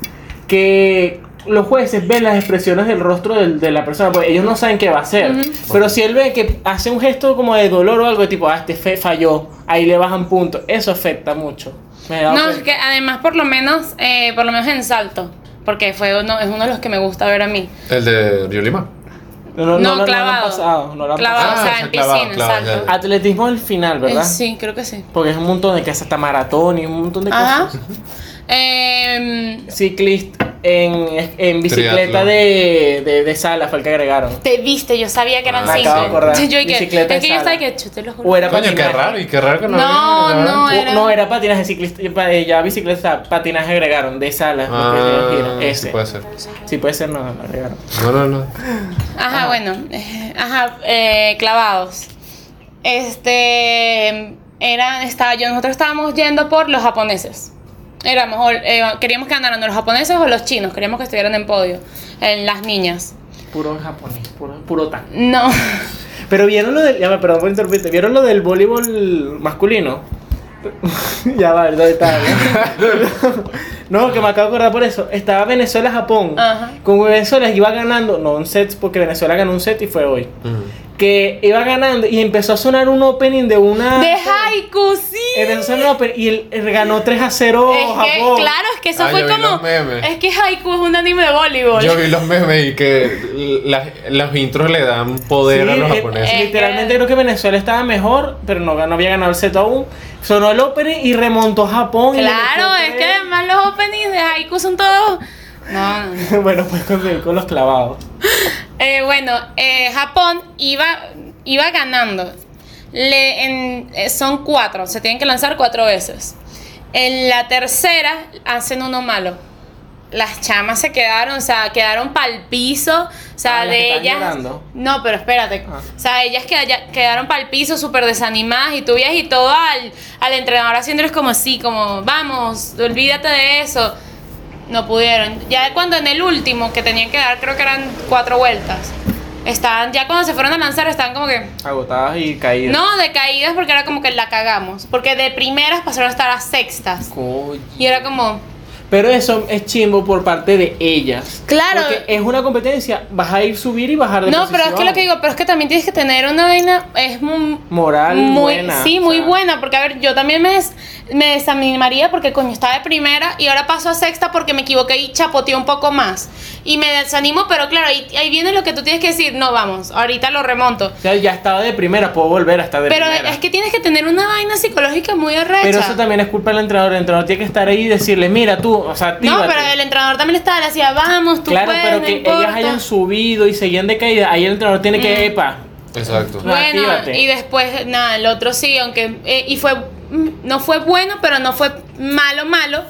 Speaker 2: que los jueces ven las expresiones del rostro del- de la persona, porque ellos no saben qué va a hacer. Pero si él ve que hace un gesto como de dolor o algo, tipo, ah, este fe falló, ahí le bajan puntos, eso afecta mucho. Me he dado
Speaker 3: No, es
Speaker 2: cuenta.
Speaker 3: que además por lo menos, eh, por lo menos en salto, porque fue uno, es uno de los que me gusta ver a mí.
Speaker 1: El de Yulima.
Speaker 2: no, no, no, no, no lo han
Speaker 3: clavado.
Speaker 2: pasado, no lo han
Speaker 3: clavado,
Speaker 1: pasado.
Speaker 3: o sea,
Speaker 1: Ah, o
Speaker 3: en
Speaker 1: sea, clavado,
Speaker 3: piscina,
Speaker 1: clavado,
Speaker 3: salto.
Speaker 1: ya,
Speaker 2: pasado. Atletismo al final, ¿verdad?
Speaker 3: Eh, sí, creo que sí.
Speaker 2: Porque es un montón de que hace hasta maratón y un montón de
Speaker 3: Ajá.
Speaker 2: cosas.
Speaker 3: Em,
Speaker 2: Ciclista en, en bicicleta
Speaker 1: Triatlón.
Speaker 2: de, de, de sala fue el que agregaron.
Speaker 3: te viste, yo sabía que eran
Speaker 2: Ah,
Speaker 1: Me
Speaker 3: cinco.
Speaker 1: acabo de
Speaker 2: acordar.
Speaker 3: Yo y que,
Speaker 2: Bicicleta
Speaker 3: es que
Speaker 2: de
Speaker 3: yo
Speaker 2: sala.
Speaker 3: sabía que chute lo juro.
Speaker 2: O era
Speaker 1: Coño, qué
Speaker 2: patinaje.
Speaker 1: raro y qué raro que no.
Speaker 3: No,
Speaker 1: había-
Speaker 3: no,
Speaker 2: O-
Speaker 3: era-
Speaker 2: No, eh. era patinaje ciclista, pa- eh, ya bicicleta, patinaje agregaron de salas.
Speaker 1: Ah,
Speaker 2: porque era-
Speaker 1: sí
Speaker 2: ese.
Speaker 1: puede ser.
Speaker 2: Sí, puede ser, no, no agregaron.
Speaker 1: No, no, no.
Speaker 3: Ajá, bueno. eh, Ajá, eh, clavados. Este. Era, estaba yo, nosotros estábamos yendo por los japoneses. Éramos, o- eh, queríamos que andaran los japoneses o los chinos, queríamos que estuvieran en podio, en las niñas.
Speaker 2: Puro japonés, puro, puro tan.
Speaker 3: No,
Speaker 2: Pero vieron lo del. Ya, va, perdón por interrumpirte. ¿Vieron lo del voleibol masculino? ya va, ¿dónde estaba? no, que me acabo de acordar por eso. Estaba Venezuela-Japón.
Speaker 3: Ajá.
Speaker 2: Con Venezuela iba ganando, no en sets, porque Venezuela ganó un set y fue hoy.
Speaker 1: Mm.
Speaker 2: Que iba ganando y empezó a sonar un opening de una.
Speaker 3: de haiku, sí.
Speaker 2: Empezó a sonar un opening y él- él ganó 3 a 0
Speaker 3: es que,
Speaker 2: Oh, Japón.
Speaker 3: claro, es que eso
Speaker 1: Ah,
Speaker 3: fue
Speaker 1: yo vi
Speaker 3: como.
Speaker 1: los memes.
Speaker 3: Es que haiku es un anime de voleibol.
Speaker 1: Yo vi los memes y que las, los intros le dan poder
Speaker 2: Sí,
Speaker 1: a los
Speaker 2: eh,
Speaker 1: japoneses.
Speaker 2: eh, literalmente creo que Venezuela estaba mejor, pero no, no había ganado el set aún. Sonó el opening y remontó Japón. y le
Speaker 3: Claro,
Speaker 2: metió
Speaker 3: es que
Speaker 2: tres.
Speaker 3: además los openings de haiku son todos. No, no, no.
Speaker 2: bueno, pues con, con los clavados.
Speaker 3: Eh, bueno, eh, Japón iba, iba ganando. Le- en- eh, son cuatro, se tienen que lanzar cuatro veces. En la tercera hacen uno malo. Las chamas se quedaron, o sea, quedaron pa'l piso. O sea,
Speaker 2: Ah, las que
Speaker 3: de
Speaker 2: estaban
Speaker 3: ellas.
Speaker 2: llorando.
Speaker 3: No, pero espérate.
Speaker 2: Ah.
Speaker 3: O sea, ellas queda- quedaron pa'l piso súper desanimadas y tú veías y todo al, al entrenador haciéndoles como así, como, vamos, olvídate de eso. No pudieron. Ya cuando en el último, que tenían que dar, creo que eran cuatro vueltas, estaban, ya cuando se fueron a lanzar, estaban como que,
Speaker 2: Agotadas y caídas.
Speaker 3: no, decaídas porque era como que la cagamos. Porque de primeras pasaron a estar a sextas.
Speaker 2: Coño.
Speaker 3: Y era como,
Speaker 2: Pero eso es chimbo por parte de ellas.
Speaker 3: Claro.
Speaker 2: Porque es una competencia. Vas a ir subir y bajar de
Speaker 3: no, pero es que
Speaker 2: posición.
Speaker 3: lo que digo, pero es que también tienes que tener una vaina, es muy...
Speaker 2: Moral
Speaker 3: muy,
Speaker 2: buena,
Speaker 3: sí,
Speaker 2: o
Speaker 3: muy
Speaker 2: sea.
Speaker 3: buena, porque a ver, yo también me, des- me desanimaría porque coño, estaba de primera y ahora paso a sexta porque me equivoqué y chapoteé un poco más. Y me desanimo, pero claro, ahí, ahí viene lo que tú tienes que decir, no, vamos, ahorita lo remonto.
Speaker 2: O sea, ya estaba de primera, puedo volver a estar de
Speaker 3: Pero
Speaker 2: primera.
Speaker 3: es que tienes que tener una vaina psicológica muy arrecha.
Speaker 2: Pero eso también es culpa del entrenador. El entrenador tiene que estar ahí y decirle, mira tú, o sea,
Speaker 3: No,
Speaker 2: actívate.
Speaker 3: pero el entrenador también estaba, le decía, vamos, tú
Speaker 2: Claro,
Speaker 3: puedes,
Speaker 2: pero
Speaker 3: no
Speaker 2: que
Speaker 3: importa". Mm.
Speaker 2: ellas hayan subido y seguían de caída. Ahí el entrenador tiene que, epa.
Speaker 1: Exacto.
Speaker 3: Bueno,
Speaker 2: Actívate.
Speaker 3: y después, nada, el otro sí, aunque. eh, y fue mm, no fue bueno, pero no fue malo, malo.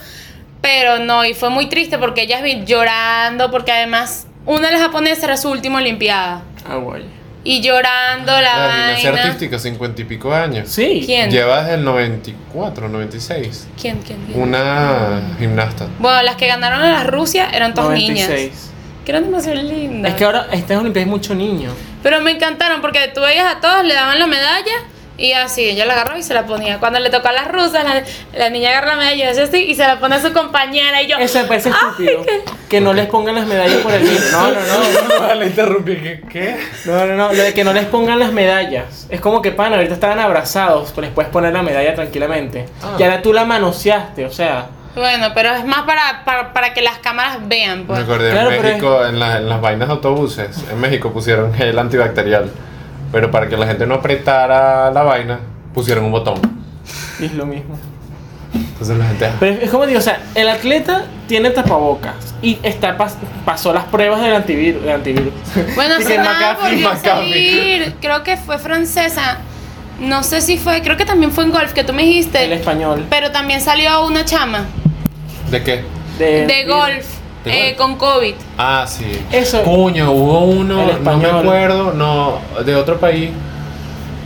Speaker 3: Pero no, y fue muy triste porque ellas vi- llorando, porque además una de las japonesas era su última Olimpiada.
Speaker 2: Ah, guay.
Speaker 3: Y llorando
Speaker 2: Ah,
Speaker 3: la
Speaker 1: La gimnasia
Speaker 3: vaina.
Speaker 1: artística, 50 y pico años.
Speaker 2: Sí.
Speaker 3: ¿Quién?
Speaker 1: Llevas el 94, 96.
Speaker 3: ¿Quién, quién, quién?
Speaker 1: Una gimnasta.
Speaker 3: Bueno, las que ganaron a las Rusia eran todas niñas.
Speaker 2: 96.
Speaker 3: Que eran demasiado lindas.
Speaker 2: Es que ahora estas Olimpiadas hay mucho niño.
Speaker 3: Pero me encantaron porque tú veías a todos, le daban la medalla y así, ella la agarraba y se la ponía. Cuando le tocó a las rusas, la, la niña agarra la medalla y, así, y se la pone a su compañera y yo.
Speaker 2: Eso me parece estúpido. Que no les pongan las medallas por el niño. No, no, no.
Speaker 1: Vale, interrumpí. ¿Qué? qué?
Speaker 2: No, no, no, lo de que no les pongan las medallas. Es como que, pan, ahorita estaban abrazados, pues les puedes poner la medalla tranquilamente.
Speaker 1: Ah.
Speaker 2: Y ahora tú la manoseaste, o sea.
Speaker 3: Bueno, pero es más para, para, para que las cámaras vean.
Speaker 1: Me
Speaker 3: Pues.
Speaker 1: acordé
Speaker 2: Claro,
Speaker 1: en
Speaker 2: pero
Speaker 1: México, en, la- en las vainas de autobuses, en México pusieron gel antibacterial. Pero para que la gente no apretara la vaina, pusieron un botón.
Speaker 2: Es lo mismo.
Speaker 1: Entonces la gente.
Speaker 2: Pero es, es como digo, o sea, el atleta tiene tapabocas y está pas- pasó las pruebas del antivirus. Del antivirus.
Speaker 3: Bueno,
Speaker 2: Y
Speaker 3: hace
Speaker 2: que
Speaker 3: nada
Speaker 2: McAfee,
Speaker 3: volvió a
Speaker 1: McAfee.
Speaker 3: salir. Creo que fue francesa. No sé si fue, creo que también fue en golf, que tú me
Speaker 2: El
Speaker 3: dijiste.
Speaker 2: español.
Speaker 3: Pero también salió una chama
Speaker 1: ¿De qué?
Speaker 2: De,
Speaker 3: Eh, de golf
Speaker 1: ¿De
Speaker 3: eh,
Speaker 1: golf?
Speaker 3: con COVID.
Speaker 1: Ah, sí.
Speaker 2: Eso.
Speaker 1: Cuño, hubo
Speaker 2: El
Speaker 1: uno, no me
Speaker 2: español.
Speaker 1: acuerdo, no, de otro país,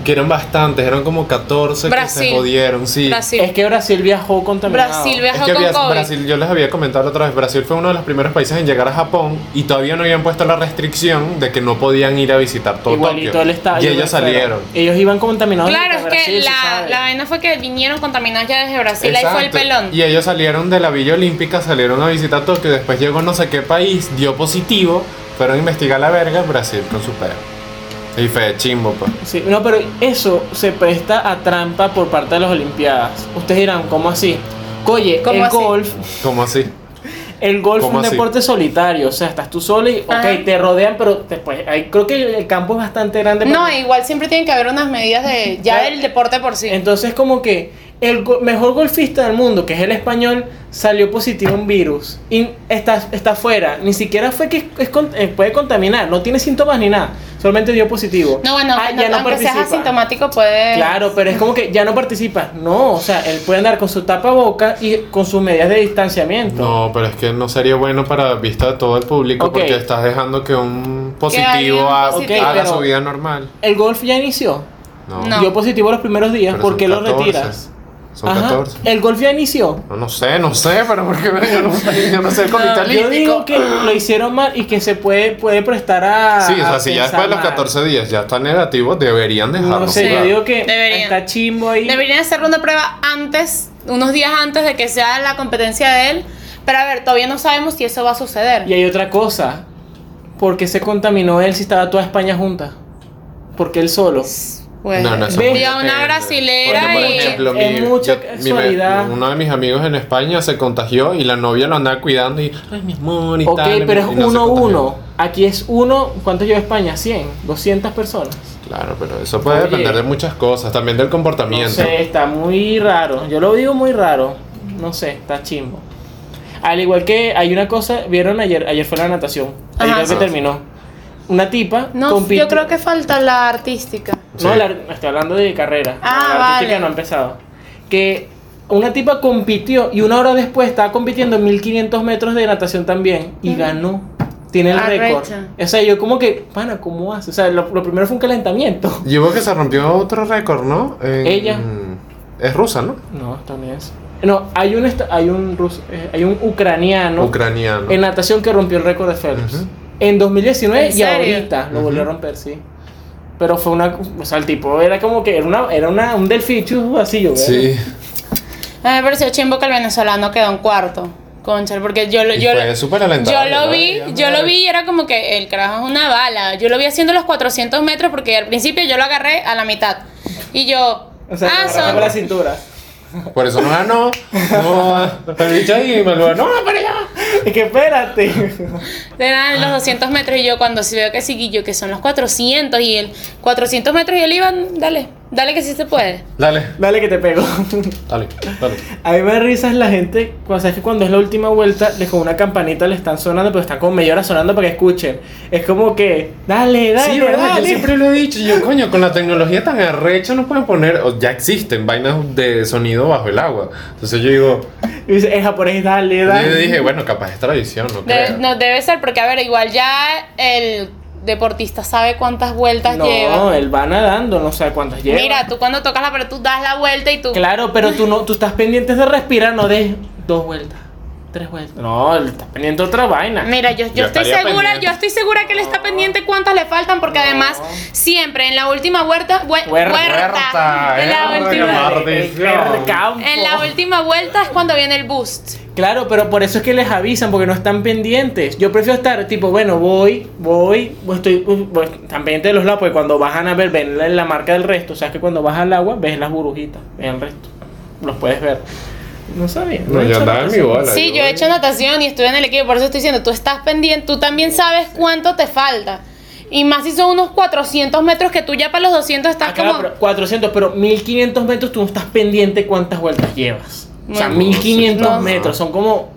Speaker 1: que eran bastantes, eran como 14 que
Speaker 3: Brasil.
Speaker 1: se jodieron, sí.
Speaker 3: Brasil.
Speaker 2: Es que Brasil viajó contaminado.
Speaker 3: Brasil
Speaker 1: Es
Speaker 3: viajó
Speaker 1: que
Speaker 3: con
Speaker 1: había-
Speaker 3: COVID.
Speaker 1: Brasil, yo les había comentado la otra vez, Brasil fue uno de los primeros países en llegar a Japón y todavía no habían puesto la restricción de que no podían ir a visitar todo
Speaker 2: Igualito
Speaker 1: Tokio.
Speaker 2: el estadio.
Speaker 1: y ellos
Speaker 2: pero
Speaker 1: salieron.
Speaker 2: Ellos iban contaminados.
Speaker 3: Claro, es
Speaker 2: desde
Speaker 3: que
Speaker 2: Brasil, se
Speaker 3: la,
Speaker 2: sabe.
Speaker 3: la vaina fue que vinieron contaminados ya desde Brasil, ahí fue el
Speaker 1: Exacto.
Speaker 3: pelón.
Speaker 1: Y ellos salieron de la Villa Olímpica, salieron a visitar Tokio, después llegó no sé qué país, dio positivo, fueron a investigar la verga, Brasil con su peo. Y fue chimbo, pues.
Speaker 2: Sí, no, pero eso se presta a trampa por parte de las Olimpiadas. Ustedes dirán, ¿cómo así? Oye,
Speaker 3: ¿Cómo
Speaker 2: el
Speaker 3: así?
Speaker 2: golf,
Speaker 1: ¿Cómo así?
Speaker 2: el golf es
Speaker 1: ¿Cómo
Speaker 2: un
Speaker 1: así?
Speaker 2: deporte solitario, o sea, estás tú solo y, ok,
Speaker 3: Ajá.
Speaker 2: te rodean, pero después, ahí, creo que el campo es bastante grande.
Speaker 3: No,
Speaker 2: para-
Speaker 3: igual siempre tienen que haber unas medidas de ya
Speaker 2: Claro.
Speaker 3: del deporte por sí.
Speaker 2: Entonces, como que el go- mejor golfista del mundo, que es el español, salió positivo a un virus y está, está fuera. Ni siquiera fue que es- es con- eh, puede contaminar, no tiene síntomas ni nada, solamente dio positivo.
Speaker 3: no, bueno,
Speaker 2: Ah,
Speaker 3: no- aunque seas asintomático puede...
Speaker 2: Claro, pero es como que ya no participas. No, o sea, él puede andar con su tapaboca y con sus medidas de distanciamiento.
Speaker 1: No, pero es que no sería bueno para vista de todo el público
Speaker 2: Ok.
Speaker 1: porque estás dejando que un
Speaker 3: alguien
Speaker 1: positivo ha-
Speaker 3: positivo.
Speaker 1: haga
Speaker 2: Ok,
Speaker 1: su
Speaker 2: pero-
Speaker 1: vida normal.
Speaker 2: El golf ya inició.
Speaker 1: No,
Speaker 3: No.
Speaker 2: Dio positivo los primeros días.
Speaker 1: pero
Speaker 2: ¿Por
Speaker 1: son
Speaker 2: qué lo
Speaker 1: 14.
Speaker 2: retiras?
Speaker 1: Son
Speaker 2: Ajá,
Speaker 1: 14.
Speaker 2: El golf ya inició.
Speaker 1: No, no sé, no sé, pero porque yo no sé, yo no sé el comité
Speaker 2: Yo digo
Speaker 1: olímpico.
Speaker 2: que lo hicieron mal y que se puede, puede prestar a.
Speaker 1: Sí, o
Speaker 2: a
Speaker 1: sea, si ya
Speaker 2: pensar
Speaker 1: después de los
Speaker 2: ah, mal.
Speaker 1: 14 días ya está negativo, deberían dejarlo.
Speaker 2: No sé, yo
Speaker 1: jugar.
Speaker 2: digo que
Speaker 3: Deberían.
Speaker 2: está chimbo ahí.
Speaker 3: Deberían hacer una prueba antes, unos días antes de que sea la competencia de él. Pero a ver, todavía no sabemos si eso va a suceder.
Speaker 2: Y hay otra cosa. ¿Por qué se contaminó él si estaba toda España junta? Porque él solo.
Speaker 3: Pues,
Speaker 1: No, no, eso
Speaker 2: Ve-
Speaker 1: es muy
Speaker 3: vi a una
Speaker 1: depende.
Speaker 3: brasilera
Speaker 1: Porque, por
Speaker 3: y-
Speaker 1: ejemplo,
Speaker 2: Es
Speaker 1: mi-
Speaker 2: mucha
Speaker 1: yo- mi-
Speaker 2: casualidad.
Speaker 1: uno de mis amigos en España se contagió y la novia lo andaba cuidando y, ay, mi amor, y
Speaker 2: Ok,
Speaker 1: tal,
Speaker 2: pero es
Speaker 1: y no se
Speaker 2: uno
Speaker 1: contagió.
Speaker 2: uno. Aquí es uno. ¿Cuánto lleva España? 100, 200 personas.
Speaker 1: Claro, pero eso puede
Speaker 2: Oye.
Speaker 1: depender de muchas cosas, también del
Speaker 2: No
Speaker 1: comportamiento.
Speaker 2: sé, está muy raro. Yo lo digo muy raro. No sé, está chimbo. Al igual que hay una cosa, vieron ayer, ayer fue la natación. Ayer
Speaker 3: Ajá.
Speaker 2: creo que terminó. Una tipa
Speaker 3: No,
Speaker 2: compitió-
Speaker 3: yo creo que falta la artística.
Speaker 2: No,
Speaker 1: Sí.
Speaker 2: la- estoy hablando de carrera.
Speaker 3: Ah,
Speaker 2: la artística
Speaker 3: vale.
Speaker 2: no ha empezado. Que una tipa compitió y una hora después estaba compitiendo en 1500 metros de natación también y ganó. Tiene el récord.
Speaker 3: Arrecha.
Speaker 2: O sea, yo como que, pana, ¿cómo hace? O sea, lo, lo primero fue un calentamiento.
Speaker 1: Y hubo que se rompió otro récord, ¿no? En-
Speaker 2: Ella.
Speaker 1: Es rusa, ¿no?
Speaker 2: No, estadounidense. No, hay un, esta- hay un, ruso- eh, hay un ucraniano
Speaker 1: Ucraniano.
Speaker 2: en natación que rompió el récord de Phelps.
Speaker 1: Ujú.
Speaker 2: En 2019
Speaker 3: ¿En
Speaker 2: y
Speaker 3: serio?
Speaker 2: ahorita lo volvió a
Speaker 1: Ujú.
Speaker 2: romper, sí. Pero fue una. O sea, el tipo era como que era, una, era una, un delfichu así, yo veo.
Speaker 1: Sí.
Speaker 3: A mí me pareció chimbo que el venezolano quedó en cuarto. Concha, porque yo lo,
Speaker 1: Y
Speaker 3: yo,
Speaker 1: fue
Speaker 3: lo-
Speaker 1: súper alentador,
Speaker 3: yo lo
Speaker 1: ¿no?
Speaker 3: vi,
Speaker 1: Digamos,
Speaker 3: yo lo
Speaker 1: ¿verdad?
Speaker 3: vi y era como que el carajo es una bala. Yo lo vi haciendo los 400 metros porque al principio yo lo agarré a la mitad. Y yo,
Speaker 2: O sea,
Speaker 3: ah,
Speaker 2: ah,
Speaker 3: son-
Speaker 2: la cintura.
Speaker 1: Por eso no ganó. No, el bicho ahí me lo ganó.
Speaker 3: para allá.
Speaker 2: Es que espérate.
Speaker 3: Eran los 200 metros y yo cuando sí veo que sí, y yo que son los 400 y el 400 metros y él iba, dale, Dale que sí se puede.
Speaker 1: Dale,
Speaker 2: Dale que te pego.
Speaker 1: dale, dale.
Speaker 2: A mí me da risa es la gente, cuando sabes que cuando es la última vuelta, les con una campanita le están sonando, pero están como media hora sonando para que escuchen. Es como que, dale, dale,
Speaker 1: Sí, verdad,
Speaker 2: dale.
Speaker 1: yo siempre lo he dicho. Yo, coño, con la tecnología tan arrecha no pueden poner, o ya existen vainas de sonido bajo el agua. Entonces yo digo,
Speaker 2: Y dice, en japonés, dale,
Speaker 1: yo
Speaker 2: dale.
Speaker 1: dije, bueno, capaz es tradición, no
Speaker 3: Debe-
Speaker 1: creo.
Speaker 3: no, debe ser, porque a ver, igual ya el deportista sabe cuántas vueltas
Speaker 2: no,
Speaker 3: lleva.
Speaker 2: él va nadando, no sé cuántas lleva.
Speaker 3: Mira, tú cuando tocas la pelota, tú das la vuelta y tú.
Speaker 2: Claro, pero tú no, tú estás pendiente de respirar, no de dos vueltas, tres vueltas. No, él está pendiente de otra vaina.
Speaker 3: Mira, yo, yo
Speaker 1: Yo
Speaker 3: estoy
Speaker 1: estaría
Speaker 3: segura,
Speaker 1: pendiente.
Speaker 3: yo estoy segura que él está pendiente cuántas le faltan, porque además siempre en la última vuelta, vuel-
Speaker 2: Huer-
Speaker 3: huerta, en la
Speaker 2: Ah,
Speaker 1: eh,
Speaker 3: última,
Speaker 1: huerta. maldición.
Speaker 2: El campo.
Speaker 3: en la última vuelta es cuando viene el boost.
Speaker 2: Claro, pero por eso es que les avisan, porque no están pendientes. Yo prefiero estar tipo, bueno, voy, voy, voy, estoy uh, voy, tan pendiente de los lados, porque cuando bajan a ver, ven la, la marca del resto. O sea, es que cuando bajas al agua, ves las burbujitas, ves el resto. Los puedes ver. No sabía.
Speaker 1: No,
Speaker 2: he
Speaker 1: yo
Speaker 2: hecho
Speaker 1: andaba en mi
Speaker 2: natación.
Speaker 1: bola.
Speaker 3: Sí, yo he hecho natación y estuve en el equipo, por eso estoy diciendo, tú estás pendiente, tú también sabes cuánto te falta. Y más si son unos 400 metros que tú ya para los 200 estás
Speaker 2: Acá,
Speaker 3: como...
Speaker 2: Ah, pero 400, pero 1500 metros tú no estás pendiente cuántas vueltas llevas. o sea,
Speaker 3: No.
Speaker 2: 1500
Speaker 3: No.
Speaker 2: metros, son como.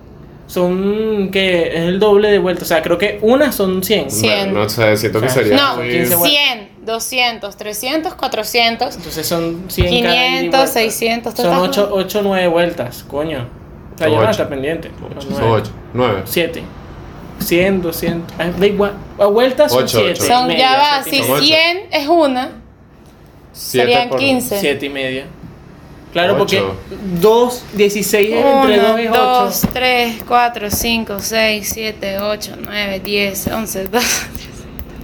Speaker 2: Son que es el doble de vueltas. O sea, creo que una son 100.
Speaker 3: Sí. cien.
Speaker 1: No sé, siento que
Speaker 2: O sea,
Speaker 1: sería.
Speaker 3: No,
Speaker 1: muy-
Speaker 2: 15 vueltas.
Speaker 3: 100, 200, 300, 400.
Speaker 2: Entonces son 100 cada ida y
Speaker 3: 500,
Speaker 2: vuelta.
Speaker 3: 600, tú
Speaker 2: Son
Speaker 3: estás-
Speaker 2: 8, 8 9 vueltas, coño. O sea,
Speaker 1: Son
Speaker 2: yo no
Speaker 1: ocho.
Speaker 2: está pendiente.
Speaker 1: Ocho, son ocho, nueve.
Speaker 2: 7. 100, 200. ah, Da igual. A vueltas son
Speaker 1: Ocho,
Speaker 2: 7.
Speaker 1: ocho.
Speaker 3: Son, ya va, si
Speaker 1: Son ocho.
Speaker 3: 100 es una,
Speaker 1: Siete
Speaker 3: serían
Speaker 1: por-
Speaker 3: 15.
Speaker 2: 7 y media. Claro,
Speaker 1: Ocho.
Speaker 2: porque 2, 16 entre 2 es
Speaker 3: 1, 2,
Speaker 2: 8.
Speaker 3: 3, 4, 5, 6, 7, 8, 9, 10, 11, 12.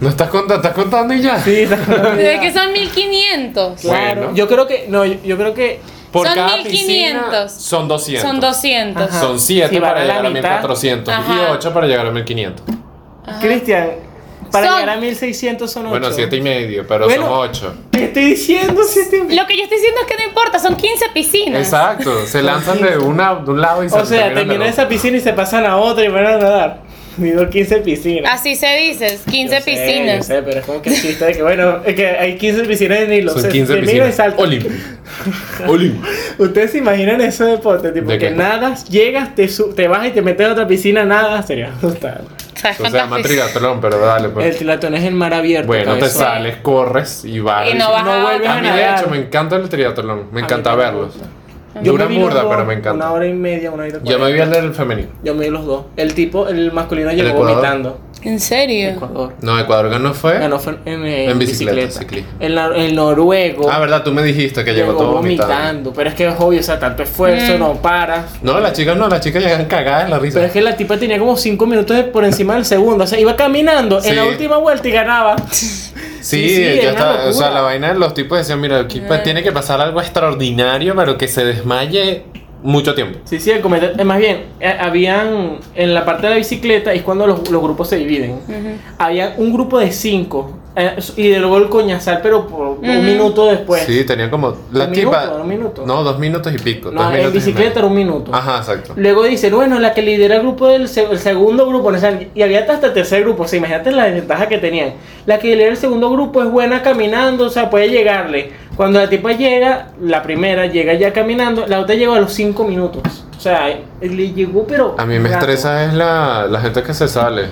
Speaker 1: No estás contando, estás contando y ya.
Speaker 2: Sí, está claro.
Speaker 3: Desde que son 1500.
Speaker 1: Bueno.
Speaker 2: Yo creo que, no, yo yo creo que
Speaker 1: Por
Speaker 3: son
Speaker 1: cada
Speaker 3: 1500.
Speaker 1: piscina son 200.
Speaker 3: Son 200.
Speaker 2: Ajá.
Speaker 1: Son 7
Speaker 2: Si van
Speaker 1: para
Speaker 2: a la
Speaker 1: llegar a
Speaker 2: mitad.
Speaker 1: 1400
Speaker 3: Ajá.
Speaker 1: y 8 para llegar a 1500.
Speaker 2: Cristian, para
Speaker 3: Son-
Speaker 2: llegar a 1600 son 8.
Speaker 1: Bueno, 7 y medio, pero
Speaker 2: Bueno.
Speaker 1: son 8.
Speaker 2: Te estoy diciendo 7 y media.
Speaker 3: Lo que yo estoy diciendo es que no importa, son 15 piscinas.
Speaker 1: Exacto, se lanzan de, una, de un lado y se
Speaker 2: O sea,
Speaker 1: terminan
Speaker 2: terminan
Speaker 1: de
Speaker 2: esa piscina y se pasan a otra y van a nadar. Digo 15 piscinas.
Speaker 3: Así se dice, 15
Speaker 2: Yo sé,
Speaker 3: Ah, piscinas.
Speaker 2: yo sé, pero es como que el chiste de que, bueno, es que hay 15 piscinas en hilo.
Speaker 1: otro.
Speaker 2: se-
Speaker 1: Son 15
Speaker 2: se miran y
Speaker 1: piscinas.
Speaker 2: saltan.
Speaker 1: Olímpicas. Olímpicas.
Speaker 2: Ustedes se imaginan eso de deporte, tipo
Speaker 1: ¿De
Speaker 2: que
Speaker 1: qué?
Speaker 2: nadas, llegas, te, su- te bajas y te metes en otra piscina, nadas, sería brutal.
Speaker 3: ¿Sabes
Speaker 1: O sea,
Speaker 3: cuántas
Speaker 1: más
Speaker 3: piscinas?
Speaker 1: triatlón, pero dale.
Speaker 2: El
Speaker 1: Pues.
Speaker 2: triatlón es el mar abierto.
Speaker 1: Bueno, te
Speaker 2: cabezón.
Speaker 1: sales, corres y vas.
Speaker 3: Y no vas
Speaker 2: No
Speaker 3: a
Speaker 2: vuelves
Speaker 3: otra.
Speaker 1: A mí, de
Speaker 2: nadar.
Speaker 1: hecho, me encanta el triatlón. Me
Speaker 2: A mí
Speaker 1: encanta
Speaker 2: también me
Speaker 1: verlos.
Speaker 2: gusta. Yo
Speaker 1: Dura
Speaker 2: me vi los
Speaker 1: burda,
Speaker 2: dos,
Speaker 1: pero me
Speaker 2: Una
Speaker 1: encanta.
Speaker 2: hora y media, una hora y
Speaker 1: Yo me vi el del femenino.
Speaker 2: Yo me vi los dos. El tipo, el masculino llegó
Speaker 1: Ecuador?
Speaker 2: vomitando.
Speaker 3: ¿En serio?
Speaker 2: Ecuador.
Speaker 1: No, Ecuador ganó fue.
Speaker 2: Ganó fue en, eh,
Speaker 1: En bicicleta,
Speaker 2: bicicleta.
Speaker 1: ciclismo.
Speaker 2: El, nor- el noruego.
Speaker 1: Ah, verdad, tú me dijiste que llegó todo vomitado.
Speaker 2: Pero es que es obvio, o sea, tanto esfuerzo,
Speaker 3: Mm.
Speaker 2: no para.
Speaker 1: No, las chicas no, las chicas llegan cagadas en la risa.
Speaker 2: Pero es que la tipa tenía como 5 minutos de- por encima del segundo. O sea, iba caminando en la
Speaker 1: Sí.
Speaker 2: última vuelta y ganaba.
Speaker 1: Sí,
Speaker 2: Sí, sí,
Speaker 1: ya
Speaker 2: era una
Speaker 1: está. O sea,
Speaker 2: locura. Eh.
Speaker 1: la vaina de los tipos decían, mira, aquí pues, tiene que pasar algo extraordinario, pero que se desmaye mucho tiempo.
Speaker 2: Sí, sí, el comentario. eh, Más bien, eh, habían. En la parte de la bicicleta es cuando los, los grupos se dividen. Había un grupo de 5. y de luego el coñazal, pero por
Speaker 3: Ujú.
Speaker 2: un minuto después.
Speaker 1: sí, tenían como. La
Speaker 2: Pues, ¿Un
Speaker 1: tipa.
Speaker 2: minuto, un minuto?
Speaker 1: No, dos minutos y pico. dos
Speaker 2: no, en
Speaker 1: minutos y
Speaker 2: bicicleta
Speaker 1: medio.
Speaker 2: era un minuto.
Speaker 1: Ajá, exacto.
Speaker 2: Luego dicen, bueno, la que lidera el grupo del se- el segundo grupo, no sé, y había hasta el tercer grupo, o sea, imagínate la desventaja que tenían. La que lidera el segundo grupo es buena caminando, o sea, puede llegarle. Cuando la tipa llega, la primera llega ya caminando, la otra llegó a los cinco minutos. O sea, le llegó, pero.
Speaker 1: A mí me
Speaker 2: rato.
Speaker 1: estresa es la, la gente que se sale.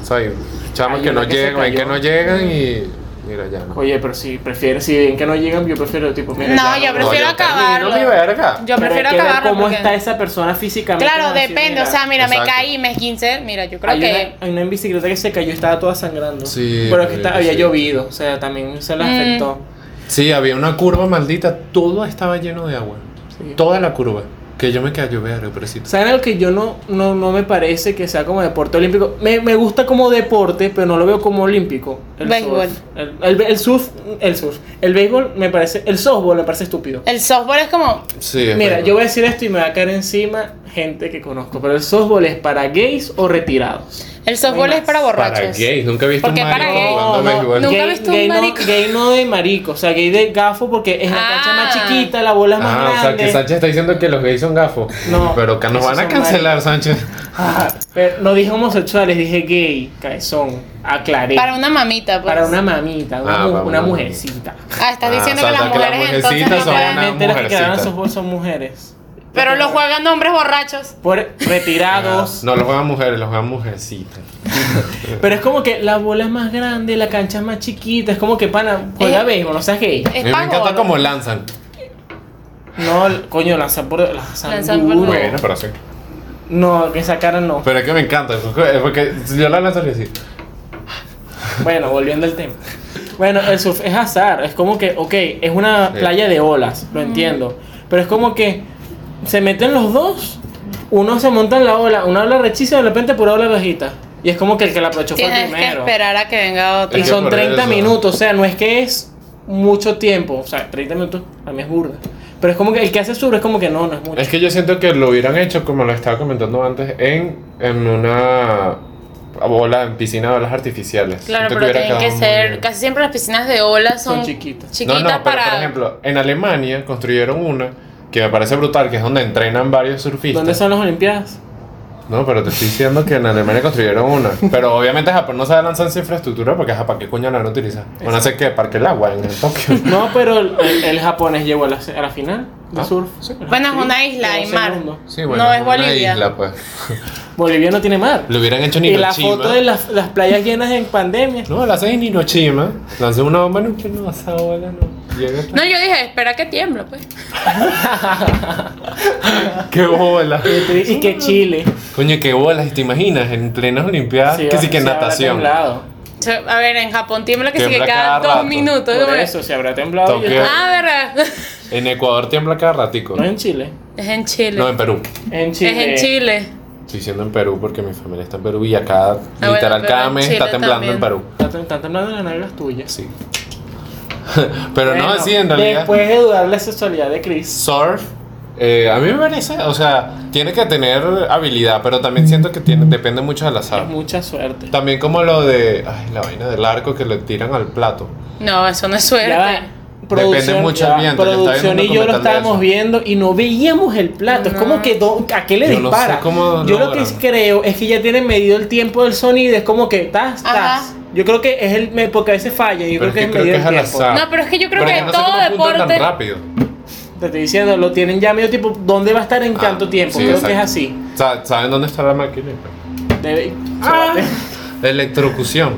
Speaker 1: O sea, hay chamas
Speaker 2: Hay
Speaker 1: que no
Speaker 2: una que se
Speaker 1: llegan, hay que
Speaker 2: cayó.
Speaker 1: no llegan y. Mira, ya no.
Speaker 2: Oye, pero si prefiero, si ven que no llegan, yo prefiero, tipo, mira,
Speaker 3: No,
Speaker 2: ya
Speaker 3: yo prefiero
Speaker 1: yo termino
Speaker 3: acabarlo.
Speaker 1: mi verga.
Speaker 3: Yo
Speaker 2: Pero
Speaker 3: prefiero
Speaker 2: hay que ver
Speaker 3: acabarlo.
Speaker 2: ¿Cómo
Speaker 3: porque-
Speaker 2: está esa persona físicamente?
Speaker 3: Claro,
Speaker 2: Vamos a decir,
Speaker 3: depende.
Speaker 2: mira,
Speaker 3: O sea, mira, me
Speaker 1: Exacto.
Speaker 3: caí, me esguincé. Mira, yo creo
Speaker 2: hay,
Speaker 3: que.
Speaker 2: una, hay una en bicicleta que se cayó, estaba toda sangrando.
Speaker 1: Sí,
Speaker 2: Pero es que
Speaker 1: marico,
Speaker 2: está- había
Speaker 1: sí.
Speaker 2: llovido, o sea, también se la
Speaker 3: Mm.
Speaker 2: afectó.
Speaker 1: Sí, había una curva maldita, todo estaba lleno de agua.
Speaker 2: Sí.
Speaker 1: Toda la curva. Que yo me quedé a llover, pobrecito.
Speaker 2: ¿Saben algo que yo no, no, no me parece que sea como deporte olímpico? Me, me gusta como deporte, pero no lo veo como olímpico. El
Speaker 3: Béisbol.
Speaker 2: surf. El, el- el surf, el surf. El béisbol me parece, el softball me parece estúpido.
Speaker 3: El softball es como.
Speaker 1: Sí, es
Speaker 2: Mira,
Speaker 1: verdad.
Speaker 2: yo voy a decir esto y me va a caer encima gente que conozco, pero el softball es para gays o retirados.
Speaker 3: El softball
Speaker 2: No hay
Speaker 3: es para
Speaker 2: más.
Speaker 1: Para
Speaker 3: borrachos.
Speaker 1: gays, nunca he visto
Speaker 3: ¿Por qué
Speaker 1: un
Speaker 3: para
Speaker 1: marico
Speaker 3: gays?
Speaker 1: jugando béisbol.
Speaker 3: Ah, Oh, nunca
Speaker 2: gay-
Speaker 3: he visto un
Speaker 2: gay no-
Speaker 3: marico.
Speaker 2: gay no de marico, o sea, gay de gafo porque es la cancha más
Speaker 3: Ah.
Speaker 2: chiquita, la bola es más
Speaker 1: Ah, o sea
Speaker 2: grande.
Speaker 1: que Sánchez está diciendo que los gays son gafos.
Speaker 2: No,
Speaker 1: Pero que nos
Speaker 2: esos
Speaker 1: van a
Speaker 2: son
Speaker 1: cancelar, Sánchez.
Speaker 2: Ah, pero no dije homosexuales, dije gay, caezón, aclaré.
Speaker 3: Para una mamita, pues.
Speaker 2: Para una mamita, una,
Speaker 1: Ah,
Speaker 2: mu-
Speaker 1: para
Speaker 2: una
Speaker 1: una
Speaker 2: mujercita.
Speaker 3: Ah, estás
Speaker 1: Ah,
Speaker 3: diciendo
Speaker 1: o sea,
Speaker 3: que las
Speaker 1: que las
Speaker 3: mujeres
Speaker 1: mujercitas
Speaker 3: entonces no
Speaker 1: son una-
Speaker 3: juegan-
Speaker 2: Claramente las que
Speaker 1: mujercita.
Speaker 2: quedaron en softball son mujeres.
Speaker 3: Pero lo juegan hombres borrachos.
Speaker 2: Por retirados.
Speaker 1: No, los juegan mujeres, los juegan mujercitas.
Speaker 2: Pero es como que la bola es más grande, la cancha es más chiquita. Es como que pana, juega
Speaker 3: Eh.
Speaker 2: béisbol, no seas gay.
Speaker 1: A mí
Speaker 3: Es
Speaker 1: me
Speaker 3: pa'
Speaker 1: encanta
Speaker 3: gordo.
Speaker 1: cómo lanzan.
Speaker 2: No, l- coño, lanzan por. Lanzan,
Speaker 3: Lanzan por-
Speaker 2: duro.
Speaker 1: Bueno, pero sí.
Speaker 2: No, que sacaran no.
Speaker 1: Pero es que me encanta. eso es Porque yo la lanzo y así.
Speaker 2: Bueno, volviendo al tema. Bueno, el surf es azar. Es como que, ok, es una
Speaker 1: Sí.
Speaker 2: playa de olas, lo entiendo. Pero es como que se meten los dos, uno se monta en la ola, una ola rechiza y de repente pura ola bajita. Y es como que el que la aprovechó fue el
Speaker 3: Tienes que
Speaker 2: primero.
Speaker 3: esperar a que venga otra.
Speaker 2: Y
Speaker 1: Es que
Speaker 2: son
Speaker 1: por
Speaker 2: 30
Speaker 1: eso.
Speaker 2: minutos, o sea, no es que es mucho tiempo. O sea, 30 minutos a mí es burda. Pero es como que el que hace sur es como que no, no es mucho.
Speaker 1: Es que yo siento que lo hubieran hecho, como lo estaba comentando antes, en, en una bola, en piscina de olas artificiales.
Speaker 3: Claro,
Speaker 1: Siento
Speaker 3: pero
Speaker 1: hubiera
Speaker 3: tienen que
Speaker 1: quedado muy
Speaker 3: ser.
Speaker 1: bien.
Speaker 3: Casi siempre las piscinas de ola son,
Speaker 2: Son chiquitas.
Speaker 3: chiquitas
Speaker 1: no, no, pero
Speaker 3: para.
Speaker 1: por ejemplo, en Alemania construyeron una que me parece brutal, que es donde entrenan varios surfistas.
Speaker 2: ¿Dónde son las Olimpiadas?
Speaker 1: No, pero te estoy diciendo que en Alemania construyeron una. Pero obviamente Japón no sabe lanzar esa infraestructura porque Japón, ¿qué coño la van a utilizar? Van a hacer que parque el agua en el Tokio.
Speaker 2: No, pero el, el- el japonés llegó a la, a la final de
Speaker 1: Ah,
Speaker 2: surf.
Speaker 3: Bueno, es una isla,
Speaker 2: Quedó
Speaker 3: hay mar.
Speaker 2: segundo.
Speaker 1: Sí,
Speaker 3: No,
Speaker 1: es
Speaker 3: es Bolivia.
Speaker 1: Una isla, pues.
Speaker 2: Bolivia no tiene mar.
Speaker 1: Lo hubieran hecho en
Speaker 2: Y la
Speaker 1: Hiroshima.
Speaker 2: foto de las, las playas llenas en pandemia.
Speaker 1: No, la hacen en Hiroshima. Lancé una bomba no, que no, esa bola no. Llega hasta-
Speaker 3: No, yo dije, espera que tiembla, pues.
Speaker 1: ¡Qué bola!
Speaker 2: Qué tri- Y
Speaker 1: Ah,
Speaker 2: que Chile.
Speaker 1: Coño, qué bolas, ¿te imaginas? En plenas olimpiadas,
Speaker 2: se
Speaker 1: que sí
Speaker 2: ha-
Speaker 1: que
Speaker 2: se habrá
Speaker 1: natación.
Speaker 2: temblado.
Speaker 3: O sea, A ver, en Japón tiembla que sí que
Speaker 1: Tiembla
Speaker 3: cada,
Speaker 1: cada
Speaker 3: dos
Speaker 1: rato.
Speaker 3: minutos.
Speaker 2: Por
Speaker 3: ¿no?
Speaker 2: eso se habrá temblado. y
Speaker 1: Tokio.
Speaker 2: está-
Speaker 3: Ah, verdad.
Speaker 1: En Ecuador tiembla cada ratico.
Speaker 2: No es en Chile.
Speaker 3: Es en Chile.
Speaker 1: No, en Perú.
Speaker 2: En Chile.
Speaker 3: Es en Chile.
Speaker 1: Estoy diciendo en Perú porque mi familia está en Perú y acá,
Speaker 3: Ah, bueno,
Speaker 1: literal,
Speaker 3: pero
Speaker 1: cada
Speaker 3: en
Speaker 1: mes
Speaker 3: Chile
Speaker 1: está temblando en
Speaker 3: también.
Speaker 1: Perú.
Speaker 2: Está- Están temblando las nalgas tuyas.
Speaker 1: Sí. Pero no,
Speaker 2: Bueno,
Speaker 1: sí, en realidad.
Speaker 2: Después de dudar la sexualidad de Chris.
Speaker 1: Surf, eh, a mí me parece, o sea, tiene que tener habilidad, pero también siento que tiene, depende mucho del
Speaker 2: Es
Speaker 1: azar.
Speaker 2: mucha suerte.
Speaker 1: También como lo de, ay, la vaina del arco que le tiran al plato.
Speaker 3: No, eso no es suerte.
Speaker 2: Ya va. Producción,
Speaker 1: mucho
Speaker 2: ya va.
Speaker 1: el viento, yo estaba
Speaker 2: producción
Speaker 1: viendo
Speaker 2: y yo lo
Speaker 1: documental de
Speaker 2: estábamos
Speaker 1: eso.
Speaker 2: viendo y no veíamos el plato. Es como
Speaker 3: No.
Speaker 2: que do- a qué le
Speaker 1: Yo no
Speaker 2: dispara.
Speaker 1: sé cómo
Speaker 2: yo lo que
Speaker 1: logran.
Speaker 2: creo es que ya tienen medido el tiempo del sonido. Es como que tas,
Speaker 3: Ajá.
Speaker 2: tas. Yo creo que es el me- porque a veces falla. Yo
Speaker 1: Pero
Speaker 2: creo que
Speaker 1: es
Speaker 2: es
Speaker 1: que creo
Speaker 2: medido
Speaker 1: que
Speaker 2: el
Speaker 1: es al
Speaker 2: tiempo.
Speaker 1: azar.
Speaker 3: No, pero es que yo creo
Speaker 1: Pero
Speaker 3: que
Speaker 1: yo no sé
Speaker 3: todo
Speaker 1: cómo apuntan
Speaker 3: deporte.
Speaker 1: tan rápido.
Speaker 2: Te estoy diciendo, lo tienen ya medio tipo dónde va a estar en
Speaker 1: Ah,
Speaker 2: tanto tiempo.
Speaker 1: sí,
Speaker 2: creo
Speaker 1: exacto.
Speaker 2: que es así.
Speaker 1: Sa- ¿Saben dónde está la máquina?
Speaker 2: Debe-
Speaker 1: Ah.
Speaker 2: Chócate.
Speaker 1: Electrocución.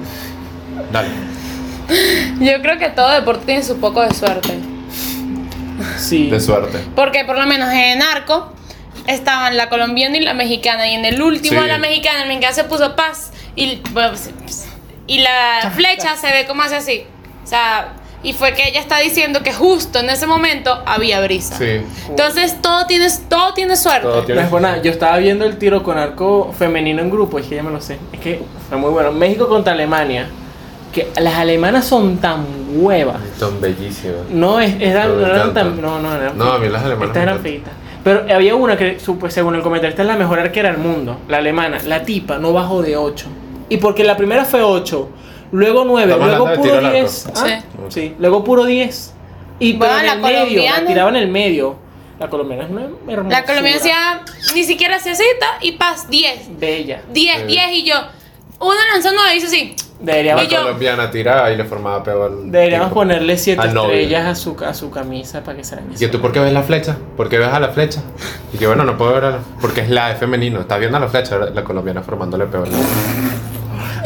Speaker 1: Dale.
Speaker 3: Yo creo que todo deporte tiene su poco de suerte.
Speaker 2: Sí.
Speaker 1: De suerte.
Speaker 3: Porque por lo menos en arco estaban la colombiana y la mexicana. Y en el último
Speaker 1: Sí.
Speaker 3: de la mexicana, el mexicano se puso paz. Y, pues, y la flecha se ve como hace así. O sea, y fue que ella está diciendo que justo en ese momento había brisa.
Speaker 1: Sí.
Speaker 3: Entonces todo tiene, todo tiene suerte.
Speaker 1: Todo tiene-
Speaker 2: No es por nada, yo estaba viendo el tiro con arco femenino en grupo, es que ya me lo sé. Es que fue muy bueno. México contra Alemania. Que las alemanas son tan huevas.
Speaker 1: Son bellísimos.
Speaker 2: No, es, eran,
Speaker 1: Pero me
Speaker 2: no eran
Speaker 1: encanta.
Speaker 2: tan. No, no, eran
Speaker 1: No, a mí las alemanas
Speaker 2: Estas
Speaker 1: me
Speaker 2: eran
Speaker 1: encantan.
Speaker 2: feitas. Pero había una que, supo- según el comentario, esta es la mejor arquera del mundo. La alemana, la tipa, no bajó de 8. Y porque la primera fue 8, luego 9,
Speaker 1: Estamos
Speaker 2: luego
Speaker 1: hablando de
Speaker 2: puro
Speaker 1: tiro al
Speaker 2: 10.
Speaker 1: arco.
Speaker 2: ¿ah?
Speaker 3: Sí.
Speaker 2: Sí, luego puro 10. Y
Speaker 3: Bueno,
Speaker 2: pero en
Speaker 3: la
Speaker 2: el medio, la
Speaker 3: colombiana.
Speaker 2: tiraba en el medio. La colombiana es una hermosura.
Speaker 3: La colombiana hacía ni siquiera hacía cita y paz 10.
Speaker 2: Bella.
Speaker 3: 10,
Speaker 1: Sí.
Speaker 3: 10 y yo. Uno lanzó 9 y hizo así.
Speaker 2: Deberíamos,
Speaker 1: La
Speaker 3: Y yo-
Speaker 1: colombiana tiraba y le formaba peor.
Speaker 2: deberíamos ponerle siete
Speaker 1: Al novio.
Speaker 2: estrellas a su, a su camisa para que se la
Speaker 1: ¿Y tú por qué ves la flecha? ¿Por qué ves a la flecha? Y que bueno, no puedo verla. Porque es la de femenino. Estás viendo a la flecha, la colombiana formándole peor.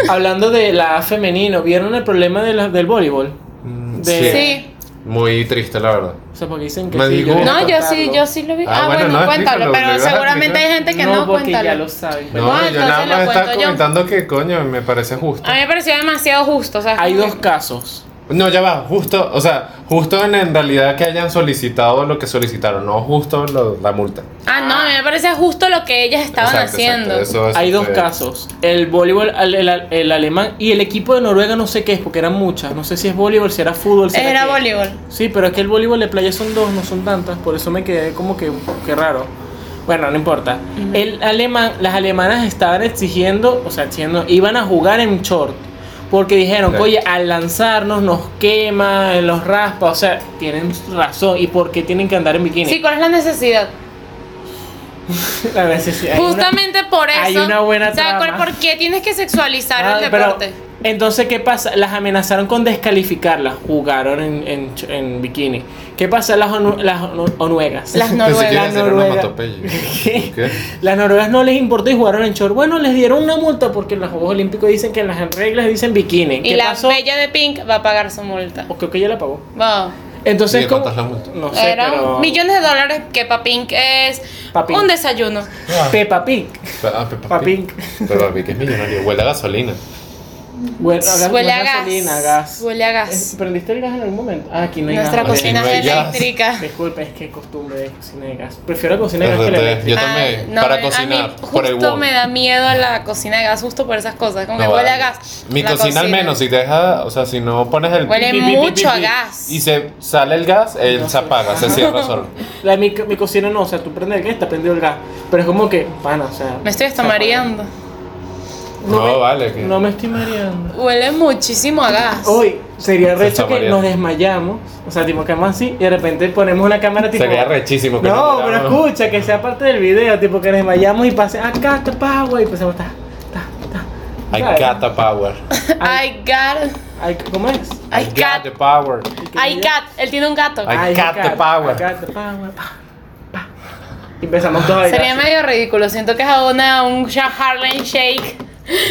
Speaker 2: Hablando de la A femenino, ¿vieron el problema de la- del voleibol?
Speaker 1: Mm,
Speaker 2: De-
Speaker 3: Sí.
Speaker 1: Muy triste, la verdad.
Speaker 2: O sea, porque dicen que
Speaker 1: Me
Speaker 2: sí,
Speaker 1: dijo-
Speaker 2: voy a
Speaker 3: No, yo sí,
Speaker 2: contarlo.
Speaker 3: yo sí lo vi.
Speaker 1: Ah, bueno,
Speaker 3: Ah, bueno,
Speaker 1: no, explícalo,
Speaker 3: cuéntalo,
Speaker 1: lo
Speaker 3: pero
Speaker 1: ibas a
Speaker 3: seguramente hay
Speaker 1: explicar.
Speaker 3: gente que
Speaker 2: no,
Speaker 3: no,
Speaker 2: porque
Speaker 3: cuéntalo.
Speaker 2: ya lo saben.
Speaker 1: No,
Speaker 3: Bueno,
Speaker 1: yo
Speaker 3: entonces
Speaker 1: nada
Speaker 3: lo
Speaker 1: más estaba
Speaker 3: cuento yo.
Speaker 1: comentando que coño, me parece justo.
Speaker 3: A mí me pareció demasiado justo, o sea,
Speaker 2: Hay
Speaker 3: como
Speaker 2: dos
Speaker 3: que-
Speaker 2: casos.
Speaker 1: No, ya va, justo, o sea, justo en, en realidad que hayan solicitado lo que solicitaron, no justo lo- la multa.
Speaker 3: Ah, no, a mí me parece justo lo que ellas estaban
Speaker 1: Exacto,
Speaker 3: haciendo.
Speaker 1: exacto, eso es-
Speaker 2: Hay dos
Speaker 1: eh,
Speaker 2: casos. El voleibol, el, el- el alemán y el equipo de Noruega no sé qué es, porque eran muchas. No sé si es voleibol, si era fútbol, si
Speaker 3: Era
Speaker 2: qué.
Speaker 3: voleibol.
Speaker 2: Sí, pero es que el voleibol de playa son dos, no son tantas. Por eso me quedé como que, que raro. Bueno, no importa. El alemán, las alemanas estaban exigiendo, o sea, exigiendo, iban a jugar en short. Porque dijeron,
Speaker 1: Claro.
Speaker 2: oye, al lanzarnos nos quema, eh, los raspa. O sea, tienen razón. ¿Y por qué tienen que andar en bikini?
Speaker 3: Sí, ¿cuál es la necesidad?
Speaker 2: La necesidad. hay una-
Speaker 3: Justamente por eso.
Speaker 2: hay una buena
Speaker 3: o sea, ¿cuál-
Speaker 2: trama.
Speaker 3: ¿por qué tienes que sexualizar
Speaker 2: Ah,
Speaker 3: el
Speaker 2: pero,
Speaker 3: deporte?
Speaker 2: entonces, ¿qué pasa? Las amenazaron con descalificarlas. Jugaron en, en, ch- en bikini. ¿Qué pasa? Las, onu- las onu- onuegas.
Speaker 3: Las
Speaker 1: Pensé que iba a
Speaker 3: noruegas.
Speaker 1: decir
Speaker 2: Noruega.
Speaker 1: onomatopeya.
Speaker 2: ¿Qué?
Speaker 1: ¿Qué?
Speaker 2: Las noruegas no les importó y jugaron en short. Bueno, les dieron una multa porque en los Juegos Olímpicos dicen que en las reglas dicen bikini.
Speaker 3: Y
Speaker 2: ¿Qué
Speaker 3: la
Speaker 2: pasó?
Speaker 3: bella de Pink va a pagar su multa.
Speaker 2: O creo que ella la pagó.
Speaker 3: Wow.
Speaker 2: Entonces,
Speaker 1: ¿Y de
Speaker 2: ¿cómo-
Speaker 1: cuánto es la multa?
Speaker 2: No sé,
Speaker 3: Eran
Speaker 2: pero...
Speaker 3: millones de dólares que para Pink es
Speaker 2: Pa' Pink.
Speaker 3: un desayuno.
Speaker 2: Peppa Pig.
Speaker 1: Ah, Peppa Pig. Peppa Pig es millonario. Huele a gasolina.
Speaker 2: Huele a gas.
Speaker 3: Huele a gas.
Speaker 2: gasolina, gas.
Speaker 3: Huele a
Speaker 2: Eh,
Speaker 3: gas.
Speaker 2: ¿Prendiste el gas en algún momento? Ah, aquí no hay
Speaker 3: Nuestra
Speaker 2: gas.
Speaker 3: cocina
Speaker 1: no hay
Speaker 3: es
Speaker 1: gas.
Speaker 3: eléctrica.
Speaker 2: Disculpe, es que hay costumbre de cocina de gas. Prefiero cocina de gas que la
Speaker 1: RT.
Speaker 2: eléctrica.
Speaker 1: Yo
Speaker 3: Ah,
Speaker 1: también.
Speaker 3: no,
Speaker 1: para
Speaker 3: a mí
Speaker 1: cocinar.
Speaker 3: justo
Speaker 1: por el wok.
Speaker 3: me da miedo la cocina de gas, justo por esas cosas. Como
Speaker 1: No
Speaker 3: que huele a
Speaker 1: vale.
Speaker 3: gas.
Speaker 1: Mi
Speaker 3: La
Speaker 1: cocina, al menos, si deja, o sea, si no pones el.
Speaker 3: Huele
Speaker 1: pi, pi, pi,
Speaker 3: mucho
Speaker 1: pi,
Speaker 3: a
Speaker 1: pi,
Speaker 3: gas.
Speaker 1: Y se sale el gas, él
Speaker 2: No
Speaker 1: se
Speaker 2: sé.
Speaker 1: apaga, se
Speaker 2: Ajá.
Speaker 1: cierra solo.
Speaker 2: La, mi, mi cocina no, o sea, tú prendes el gas, está prendido el gas. Pero es como que, pana, o sea.
Speaker 3: Me estoy hasta mareando.
Speaker 1: No, vale, que-
Speaker 2: No me estoy mareando.
Speaker 3: Huele muchísimo a gas.
Speaker 2: Hoy sería
Speaker 1: Se está
Speaker 2: recho que
Speaker 1: mareando.
Speaker 2: nos desmayamos, o sea, tipo que vamos así y de repente ponemos una cámara tipo.
Speaker 1: Sería rechísimo que
Speaker 2: No,
Speaker 1: nos
Speaker 2: pero
Speaker 1: miráramos.
Speaker 2: escucha, que sea parte del video, tipo que nos desmayamos y pase acá, tapa agua y empezamos ta, ta, ta.
Speaker 1: I
Speaker 2: ¿Sabes?
Speaker 1: got the power.
Speaker 3: Ay, gat.
Speaker 2: Ay, ¿Cómo es?
Speaker 3: Ay,
Speaker 1: I got
Speaker 3: gat.
Speaker 1: the power.
Speaker 3: Ay, gat. Él tiene un gato.
Speaker 1: Ay, got the power.
Speaker 2: I got the power. Pa, pa. Y empezamos todos a bailar
Speaker 3: Sería
Speaker 2: así.
Speaker 3: medio ridículo. Siento que es a una, un Sha- Harlem Shake.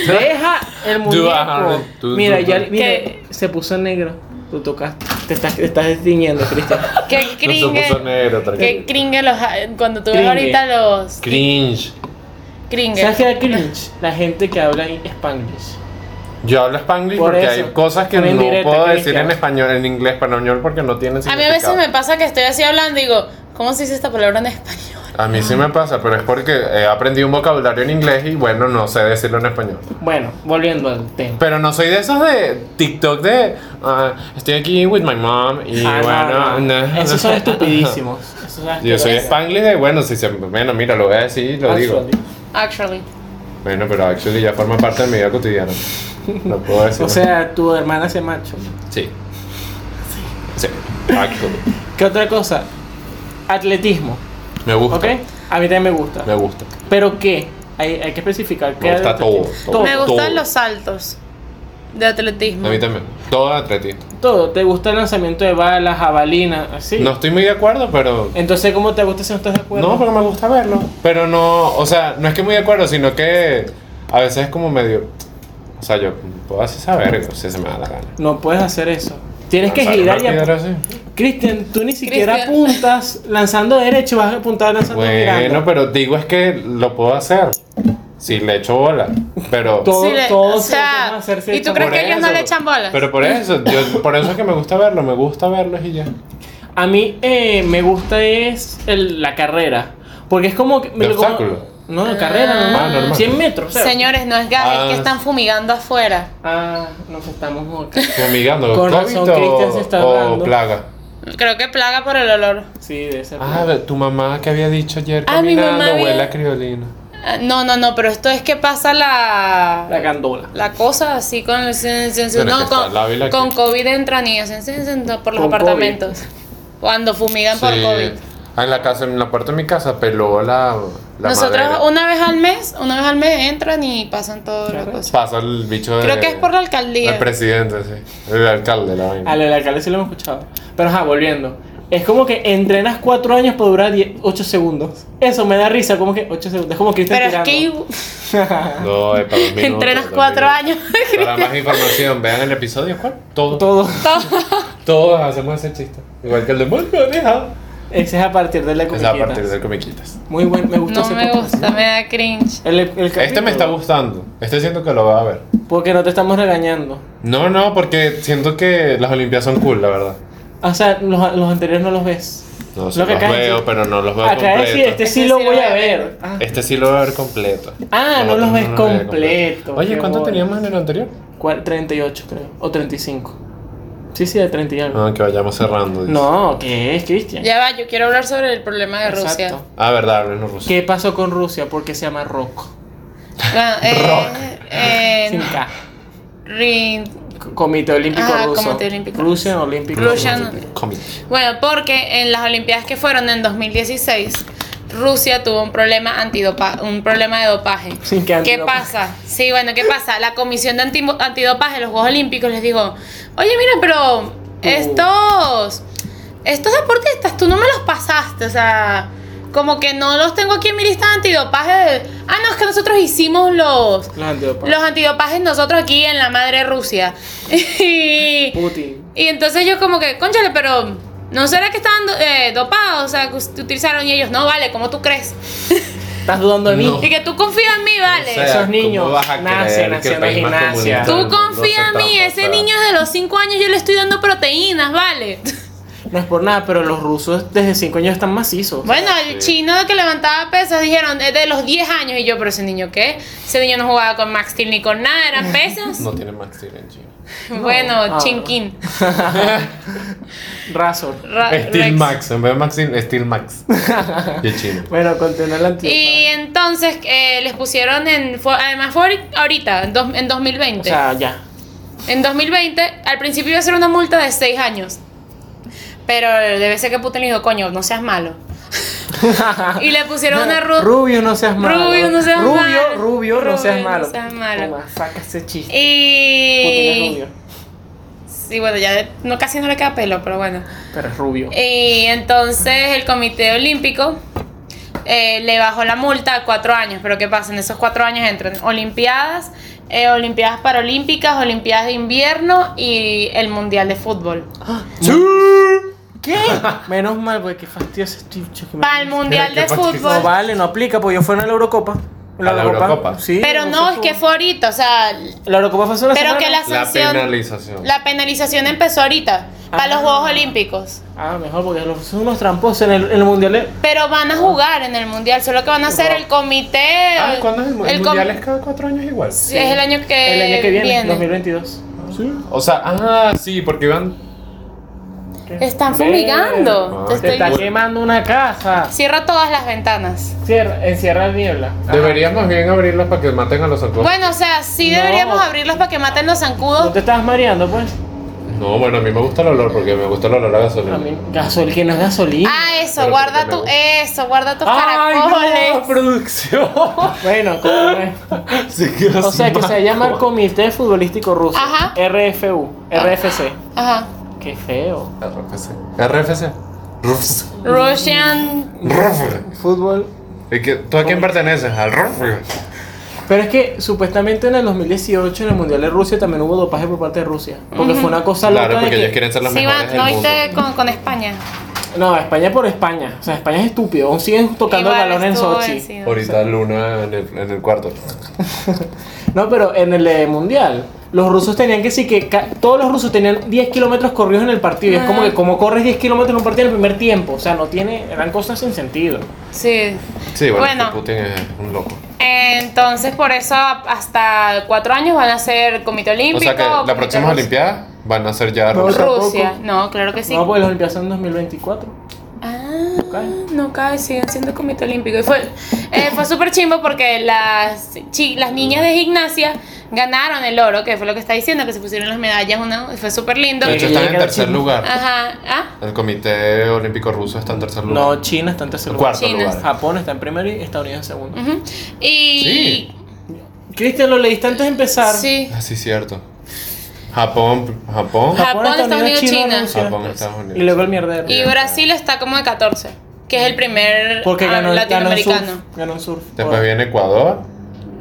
Speaker 2: Deja el muñeco.
Speaker 1: ajá, tú-
Speaker 2: Mira,
Speaker 1: tú-
Speaker 2: ya
Speaker 1: tú.
Speaker 2: mira,
Speaker 3: ¿Qué?
Speaker 2: se puso negro. Tú tocaste. Te estás, te estás tiñendo, Cristian.
Speaker 3: Que
Speaker 1: No se puso
Speaker 3: cringe.
Speaker 1: negro,
Speaker 3: Que
Speaker 1: tranquilo.
Speaker 3: cringe los. ah, Cuando tú ves
Speaker 2: Cringe.
Speaker 3: ahorita los.
Speaker 1: Cringe.
Speaker 2: ¿Sabes qué
Speaker 3: Cringe.
Speaker 2: da cringe? La gente que habla en spanglish.
Speaker 1: Yo hablo spanglish
Speaker 2: Por
Speaker 1: porque
Speaker 2: eso.
Speaker 1: hay cosas que
Speaker 2: Una
Speaker 1: no
Speaker 2: indirecta,
Speaker 1: puedo
Speaker 2: Cristian.
Speaker 1: decir en español, en inglés, español, porque no tienen
Speaker 3: A mí a veces
Speaker 1: significado.
Speaker 3: me pasa que estoy así hablando y digo, ¿cómo se dice esta palabra en español?
Speaker 1: A mí sí me pasa, pero es porque he aprendido un vocabulario en inglés y bueno, no sé decirlo en español.
Speaker 2: Bueno, volviendo al tema.
Speaker 1: Pero no soy de esos de TikTok de ah, estoy aquí with my mom y
Speaker 2: Ah, no,
Speaker 1: bueno,
Speaker 2: no.
Speaker 1: no.
Speaker 2: Esos son estupidísimos. Esos son
Speaker 1: Yo soy
Speaker 2: asquerosos.
Speaker 1: spanglish de bueno, si se, bueno, mira, lo voy a decir,
Speaker 2: Ah,
Speaker 1: lo digo.
Speaker 2: Actually.
Speaker 3: Actually.
Speaker 1: Bueno, pero actually ya forma parte de mi vida cotidiana. No puedo decir.
Speaker 2: O sea, tu hermana se macho.
Speaker 1: sí. Sí, actually.
Speaker 2: ¿Qué otra cosa? Atletismo.
Speaker 1: Me gusta.
Speaker 2: ¿Ok? A mí también me gusta.
Speaker 1: Me gusta.
Speaker 2: ¿Pero qué? Hay, hay que especificar. ¿qué
Speaker 1: gusta
Speaker 2: atletismo?
Speaker 1: todo, todo.
Speaker 3: Me
Speaker 1: Todo.
Speaker 3: gustan los saltos de atletismo.
Speaker 1: A mí también. Todo atletismo.
Speaker 2: Todo. ¿Te gusta el lanzamiento de balas, jabalina, así?
Speaker 1: No estoy muy de acuerdo, pero
Speaker 2: Entonces, ¿cómo te gusta si no estás de acuerdo?
Speaker 1: No, pero me gusta verlo. Pero no, o sea, no es que muy de acuerdo, sino que a veces es como medio. O sea, yo puedo así saber si se me da la gana.
Speaker 2: No puedes hacer eso. Tienes que
Speaker 1: O sea,
Speaker 2: girar y
Speaker 1: no girar
Speaker 2: apuntar.
Speaker 1: así.
Speaker 2: Cristian, tú ni siquiera
Speaker 3: Cristian.
Speaker 2: apuntas lanzando derecho, vas a apuntar lanzando
Speaker 1: Bueno,
Speaker 2: girando.
Speaker 1: pero digo es que lo puedo hacer. Si le echo bola. Pero.
Speaker 2: Todo-
Speaker 3: Sí, le-
Speaker 2: todos
Speaker 3: o sea,
Speaker 2: podemos hacer
Speaker 3: ¿Y tú
Speaker 2: ciertas
Speaker 3: crees
Speaker 1: por
Speaker 3: que ellos no
Speaker 1: eso-
Speaker 3: le echan bolas?
Speaker 1: Pero por eso, yo- por eso es que me gusta verlo, me gusta verlos y ya.
Speaker 2: A mí eh, me gusta es el- la carrera. Porque es como... que-
Speaker 1: ¿De
Speaker 2: como-
Speaker 1: obstáculo?
Speaker 2: No, de carrera,
Speaker 1: Ah,
Speaker 2: normal.
Speaker 1: normal.
Speaker 2: 100 metros. ¿sabes?
Speaker 3: Señores, no es gas, es
Speaker 1: Ah.
Speaker 3: que están fumigando afuera.
Speaker 2: Ah, nos estamos mocando.
Speaker 1: Fumigando.
Speaker 2: Con
Speaker 1: ¿COVID
Speaker 2: razón, Cristian se está
Speaker 1: o
Speaker 2: hablando.
Speaker 1: plaga?
Speaker 3: Creo que plaga por el olor.
Speaker 2: Sí, de esa.
Speaker 1: Ah, tu mamá que había dicho ayer
Speaker 3: Ah, mi
Speaker 1: caminando
Speaker 3: mamá había-
Speaker 1: huele a criolina.
Speaker 3: Ah, No, no, no, pero esto es que pasa la...
Speaker 2: la gandola.
Speaker 3: la cosa así con el sen- sen- sen-
Speaker 1: Pero es
Speaker 3: no,
Speaker 1: que está
Speaker 3: con,
Speaker 1: la vela
Speaker 3: con
Speaker 1: aquí.
Speaker 3: COVID entran niños sen- sen- sen- por los
Speaker 2: Con
Speaker 3: apartamentos. Cuando fumigan por
Speaker 1: Sí.
Speaker 3: COVID.
Speaker 1: Ah, en la casa, en la puerta de mi casa peló la, la
Speaker 3: Nosotros
Speaker 1: madera.
Speaker 3: una vez al mes, una vez al mes entran y pasan todas las cosas.
Speaker 1: Pasa el bicho de...
Speaker 3: Creo que es por la
Speaker 1: El
Speaker 3: alcaldía.
Speaker 1: presidente, sí. El alcalde, la vaina.
Speaker 2: A la alcalde sí lo hemos escuchado. Pero ajá, volviendo. Es como que entrenas 4 años para durar 8 segundos. Eso me da risa, como que 8 segundos. Es como Cristian
Speaker 3: Pero es
Speaker 2: tirando.
Speaker 3: que
Speaker 1: No, es para dos minutos,
Speaker 3: entrenas
Speaker 1: dos
Speaker 3: cuatro
Speaker 1: minutos.
Speaker 3: años.
Speaker 1: Para más información, vean el episodio, ¿cuál? Todos,
Speaker 2: Todo.
Speaker 1: todos hacemos ese chiste. Igual que el de Montaneja.
Speaker 2: Ese es a partir de la
Speaker 1: Es
Speaker 2: comiquita.
Speaker 1: a partir de comiquitas.
Speaker 2: Muy bueno, me gustó
Speaker 3: No
Speaker 2: ese
Speaker 3: me
Speaker 2: podcast.
Speaker 3: gusta, me da cringe.
Speaker 2: El, el
Speaker 1: Este
Speaker 2: capítulo.
Speaker 1: me está gustando. Este siento que lo va a ver.
Speaker 2: Porque no te estamos regañando.
Speaker 1: No, no, porque siento que las Olimpiadas son cool, la verdad.
Speaker 2: Ah, O sea, los, los anteriores no los ves.
Speaker 1: No sé,
Speaker 2: Lo que
Speaker 1: los
Speaker 2: acá es-
Speaker 1: veo, pero no los veo
Speaker 2: Acá
Speaker 1: completos.
Speaker 2: es sí, este sí lo voy a ver. Ah,
Speaker 1: Este sí lo voy a ver completo.
Speaker 2: Ah, no
Speaker 1: Los
Speaker 2: los
Speaker 1: otros
Speaker 2: ves
Speaker 1: veía
Speaker 2: completo,
Speaker 1: Oye,
Speaker 2: qué
Speaker 1: ¿cuánto
Speaker 2: bolas.
Speaker 1: teníamos en el anterior?
Speaker 2: cuar- 38 creo. O 35. Sí, sí, de 30 y algo.
Speaker 1: Ah, que vayamos cerrando. dice.
Speaker 2: No, ¿qué es, Cristian?
Speaker 3: Ya va, yo quiero hablar sobre el problema de
Speaker 2: Exacto.
Speaker 3: Rusia.
Speaker 1: Ah, verdad, háblenos ruso.
Speaker 2: ¿Qué pasó con Rusia? ¿Por qué se llama Rock?
Speaker 3: Bueno, eh,
Speaker 1: Rock.
Speaker 3: eh,
Speaker 2: Sin K.
Speaker 3: rin-
Speaker 2: C- Comité Olímpico
Speaker 3: Ah,
Speaker 2: Ruso.
Speaker 3: Comité Olímpico
Speaker 2: Russian Olympic
Speaker 3: Russian-
Speaker 2: Committee.
Speaker 1: Comic.
Speaker 3: Bueno, porque en las Olimpiadas que fueron en 2016, Rusia tuvo un problema antidopa un problema de dopaje.
Speaker 2: Sí, que
Speaker 3: ¿Qué
Speaker 2: antidopaje.
Speaker 3: pasa? Sí, bueno, ¿qué pasa? La Comisión de Anti- Antidopaje de los Juegos Olímpicos les dijo, oye, mira,
Speaker 2: Uh.
Speaker 3: pero estos, estos deportistas tú no me los pasaste, o sea, como que no los tengo aquí en mi lista de antidopaje. Ah, no, es que nosotros hicimos los...
Speaker 2: Los antidopaje.
Speaker 3: Los antidopajes nosotros aquí en la madre Rusia. Y,
Speaker 2: Putin.
Speaker 3: y entonces yo como que, conchale, pero ¿no será que estaban do- eh, dopados? O sea, que us- utilizaron y ellos, no, vale, como tú crees?
Speaker 2: ¿Estás dudando de mí?
Speaker 1: No.
Speaker 3: Y que tú confías en mí, vale.
Speaker 1: O sea,
Speaker 2: Esos
Speaker 1: ¿cómo
Speaker 2: niños
Speaker 1: vas a
Speaker 2: nacen
Speaker 1: creer que el
Speaker 2: haciendo
Speaker 1: país más
Speaker 2: gimnasia.
Speaker 1: comunista del
Speaker 3: tú
Speaker 1: mundo
Speaker 3: confía en
Speaker 1: hace
Speaker 3: mí,
Speaker 1: trampa?
Speaker 3: ese
Speaker 1: O sea,
Speaker 3: niño es de los 5 años, yo le estoy dando proteínas, vale.
Speaker 2: No es por nada, pero los rusos desde 5 años están macizos.
Speaker 3: Bueno, el
Speaker 1: Sí.
Speaker 3: chino que levantaba pesas dijeron, es de los 10 años. Y yo, pero ese niño, ¿qué? Ese niño no jugaba con Max Steel ni con nada, eran pesas.
Speaker 1: No tiene más estilo en China.
Speaker 3: Bueno,
Speaker 2: Ah.
Speaker 3: chinquín.
Speaker 2: Razor.
Speaker 3: Ra-
Speaker 1: Steel
Speaker 3: Rex.
Speaker 1: Max, en vez de Max Steel, Steel Max. De China.
Speaker 2: Bueno, continúa el
Speaker 3: Y
Speaker 2: antidopaje.
Speaker 3: entonces eh, les pusieron en. fue- además, fue ahorita, en, dos- en 2020.
Speaker 2: O sea, ya.
Speaker 3: En 2020, al principio iba a ser una multa de 6 años. Pero debe ser que Putin le dijo, coño, no seas malo. y le pusieron una ru-
Speaker 2: Rubio, no seas malo.
Speaker 3: Rubio, no seas
Speaker 2: rubio,
Speaker 3: malo.
Speaker 2: Rubio, no seas
Speaker 3: Rubio, no
Speaker 2: malo.
Speaker 3: seas malo.
Speaker 2: Toma, saca ese chiste.
Speaker 3: Eh,
Speaker 2: Putin es
Speaker 3: Y.
Speaker 2: rubio.
Speaker 3: Sí, bueno, ya de- no, casi no le queda pelo, pero bueno.
Speaker 2: Pero es rubio.
Speaker 3: eh, Y entonces el Comité Olímpico eh, le bajó la multa a cuatro años. Pero ¿qué pasa? En esos cuatro años entran Olimpiadas, eh, Olimpiadas Paralímpicas, Olimpiadas de Invierno y el Mundial de Fútbol.
Speaker 2: Ah, ¿Qué? Menos mal, güey, qué fastidioso este bicho que me-
Speaker 3: Para el Mundial
Speaker 1: Mira,
Speaker 3: de
Speaker 1: qué
Speaker 2: No
Speaker 3: Fútbol.
Speaker 2: vale, no aplica, porque yo fui a la Eurocopa.
Speaker 1: ¿A la Eurocopa?
Speaker 2: Sí.
Speaker 3: Pero no, es que fue ahorita, o sea,
Speaker 2: La Eurocopa fue hace una
Speaker 3: pero
Speaker 2: semana.
Speaker 3: que la
Speaker 1: La
Speaker 3: sanción,
Speaker 1: penalización.
Speaker 3: la penalización empezó ahorita, para los
Speaker 2: Ah.
Speaker 3: Juegos Olímpicos.
Speaker 2: Ah, mejor, porque los- son unos tramposos en el, en el Mundial. de-
Speaker 3: Pero van a jugar en el Mundial, solo que van a hacer el comité...
Speaker 1: Ah, ¿cuándo es el, mu- el
Speaker 3: com-
Speaker 1: mundial? Es cada cuatro años igual.
Speaker 3: Sí, Es el año que,
Speaker 2: el año que viene, 2022.
Speaker 1: O sea, ah, sí, porque iban.
Speaker 3: Están
Speaker 2: Ve,
Speaker 3: fumigando.
Speaker 1: Ah,
Speaker 3: Te
Speaker 2: Te
Speaker 3: estoy-
Speaker 2: está
Speaker 1: Bueno.
Speaker 2: quemando una casa.
Speaker 3: Cierra todas las ventanas.
Speaker 2: Cierra, encierra niebla. Ajá.
Speaker 1: Deberíamos bien abrirlas para que maten a los zancudos.
Speaker 3: Bueno, o sea, sí
Speaker 2: No.
Speaker 3: deberíamos abrirlos para que maten los
Speaker 2: ¿No
Speaker 3: zancudos.
Speaker 2: te estabas mareando, pues?
Speaker 1: No, bueno, a mí me gusta el olor porque me gusta el olor a gasolina.
Speaker 2: A mí, gasol, que no es gasolina.
Speaker 3: Ah, eso,
Speaker 1: Pero
Speaker 3: guarda
Speaker 1: porque me
Speaker 3: tu.
Speaker 1: gusta.
Speaker 3: Eso, guarda tus
Speaker 1: ¡Ay, no!
Speaker 3: caracoles.
Speaker 1: ¡Producción!
Speaker 2: Bueno, como no es.
Speaker 1: Se quedó
Speaker 2: O sea,
Speaker 1: sin
Speaker 2: que se llama el
Speaker 1: marco.
Speaker 2: Comité Futbolístico Ruso.
Speaker 3: Ajá.
Speaker 2: RFU. RFC.
Speaker 3: Ajá.
Speaker 2: Qué feo.
Speaker 1: RFC. RFC. Rufs.
Speaker 3: Russian.
Speaker 1: Ruf.
Speaker 2: Fútbol.
Speaker 1: ¿Y que- ¿Tú a quién perteneces? Al Ruf.
Speaker 2: Pero es que supuestamente en el 2018 en el Mundial de Rusia también hubo dopaje por parte de Rusia. Porque fue una cosa loca.
Speaker 1: Claro,
Speaker 2: de
Speaker 1: porque
Speaker 2: que-
Speaker 1: ellos quieren ser los
Speaker 3: Sí,
Speaker 1: mejores
Speaker 3: van,
Speaker 1: del
Speaker 3: no
Speaker 1: mundo.
Speaker 3: viste con, con España.
Speaker 2: No, España por España. O sea, España es estúpido. Aún siguen tocando el
Speaker 3: Igual
Speaker 2: balón en
Speaker 3: estuvo
Speaker 2: Sochi.
Speaker 3: vencido.
Speaker 1: Ahorita Luna en el, en el cuarto.
Speaker 2: No, pero en el eh, Mundial. Los rusos tenían que sí que ca- todos los rusos tenían 10 kilómetros corridos en el partido. Y es como que como corres 10 kilómetros en un partido en el primer tiempo. O sea, no tiene, eran cosas sin sentido.
Speaker 3: Sí.
Speaker 1: Sí, bueno,
Speaker 3: Bueno.
Speaker 1: este Putin es un loco.
Speaker 3: Entonces, por eso hasta cuatro años van a ser Comité
Speaker 1: O
Speaker 3: Olímpico.
Speaker 1: sea que
Speaker 3: Comité
Speaker 1: las próximas
Speaker 3: Ruso.
Speaker 1: Olimpiadas van a ser ya
Speaker 2: No,
Speaker 1: rusas.
Speaker 3: Rusia.
Speaker 2: Tampoco.
Speaker 3: No, claro que sí.
Speaker 2: No, pues los Olimpiadas son en 2024.
Speaker 3: Ah,
Speaker 2: cae.
Speaker 3: no cae, siguen siendo comité olímpico. Y fue eh, fue súper chimbo porque las, chi- las niñas de gimnasia ganaron el oro, que fue lo que está diciendo, que se pusieron las medallas, una, fue súper lindo.
Speaker 1: De hecho,
Speaker 2: Sí.
Speaker 1: están en
Speaker 2: Llega
Speaker 1: tercer
Speaker 2: China.
Speaker 1: lugar.
Speaker 3: Ajá, ah,
Speaker 1: El Comité Olímpico Ruso está en tercer lugar.
Speaker 2: No, China está en tercer
Speaker 1: en
Speaker 2: lugar.
Speaker 1: cuarto
Speaker 3: China.
Speaker 1: lugar.
Speaker 2: Japón está en primero y Estados Unidos en segundo.
Speaker 3: ujú. Y.
Speaker 2: Cristian, lo leíste antes de empezar.
Speaker 3: Sí.
Speaker 1: Ah, sí, cierto. Japón, Japón.
Speaker 3: Ja- Japón, Estados Unidos, China.
Speaker 2: Rusia.
Speaker 1: Japón, Estados Unidos.
Speaker 2: Y luego el mierdero.
Speaker 3: Y Brasil está como de 14, que es el primer
Speaker 2: Porque
Speaker 3: ah,
Speaker 2: ganó, ganó en surf.
Speaker 3: latinoamericano.
Speaker 2: Ganó en surf.
Speaker 1: Después viene Ecuador.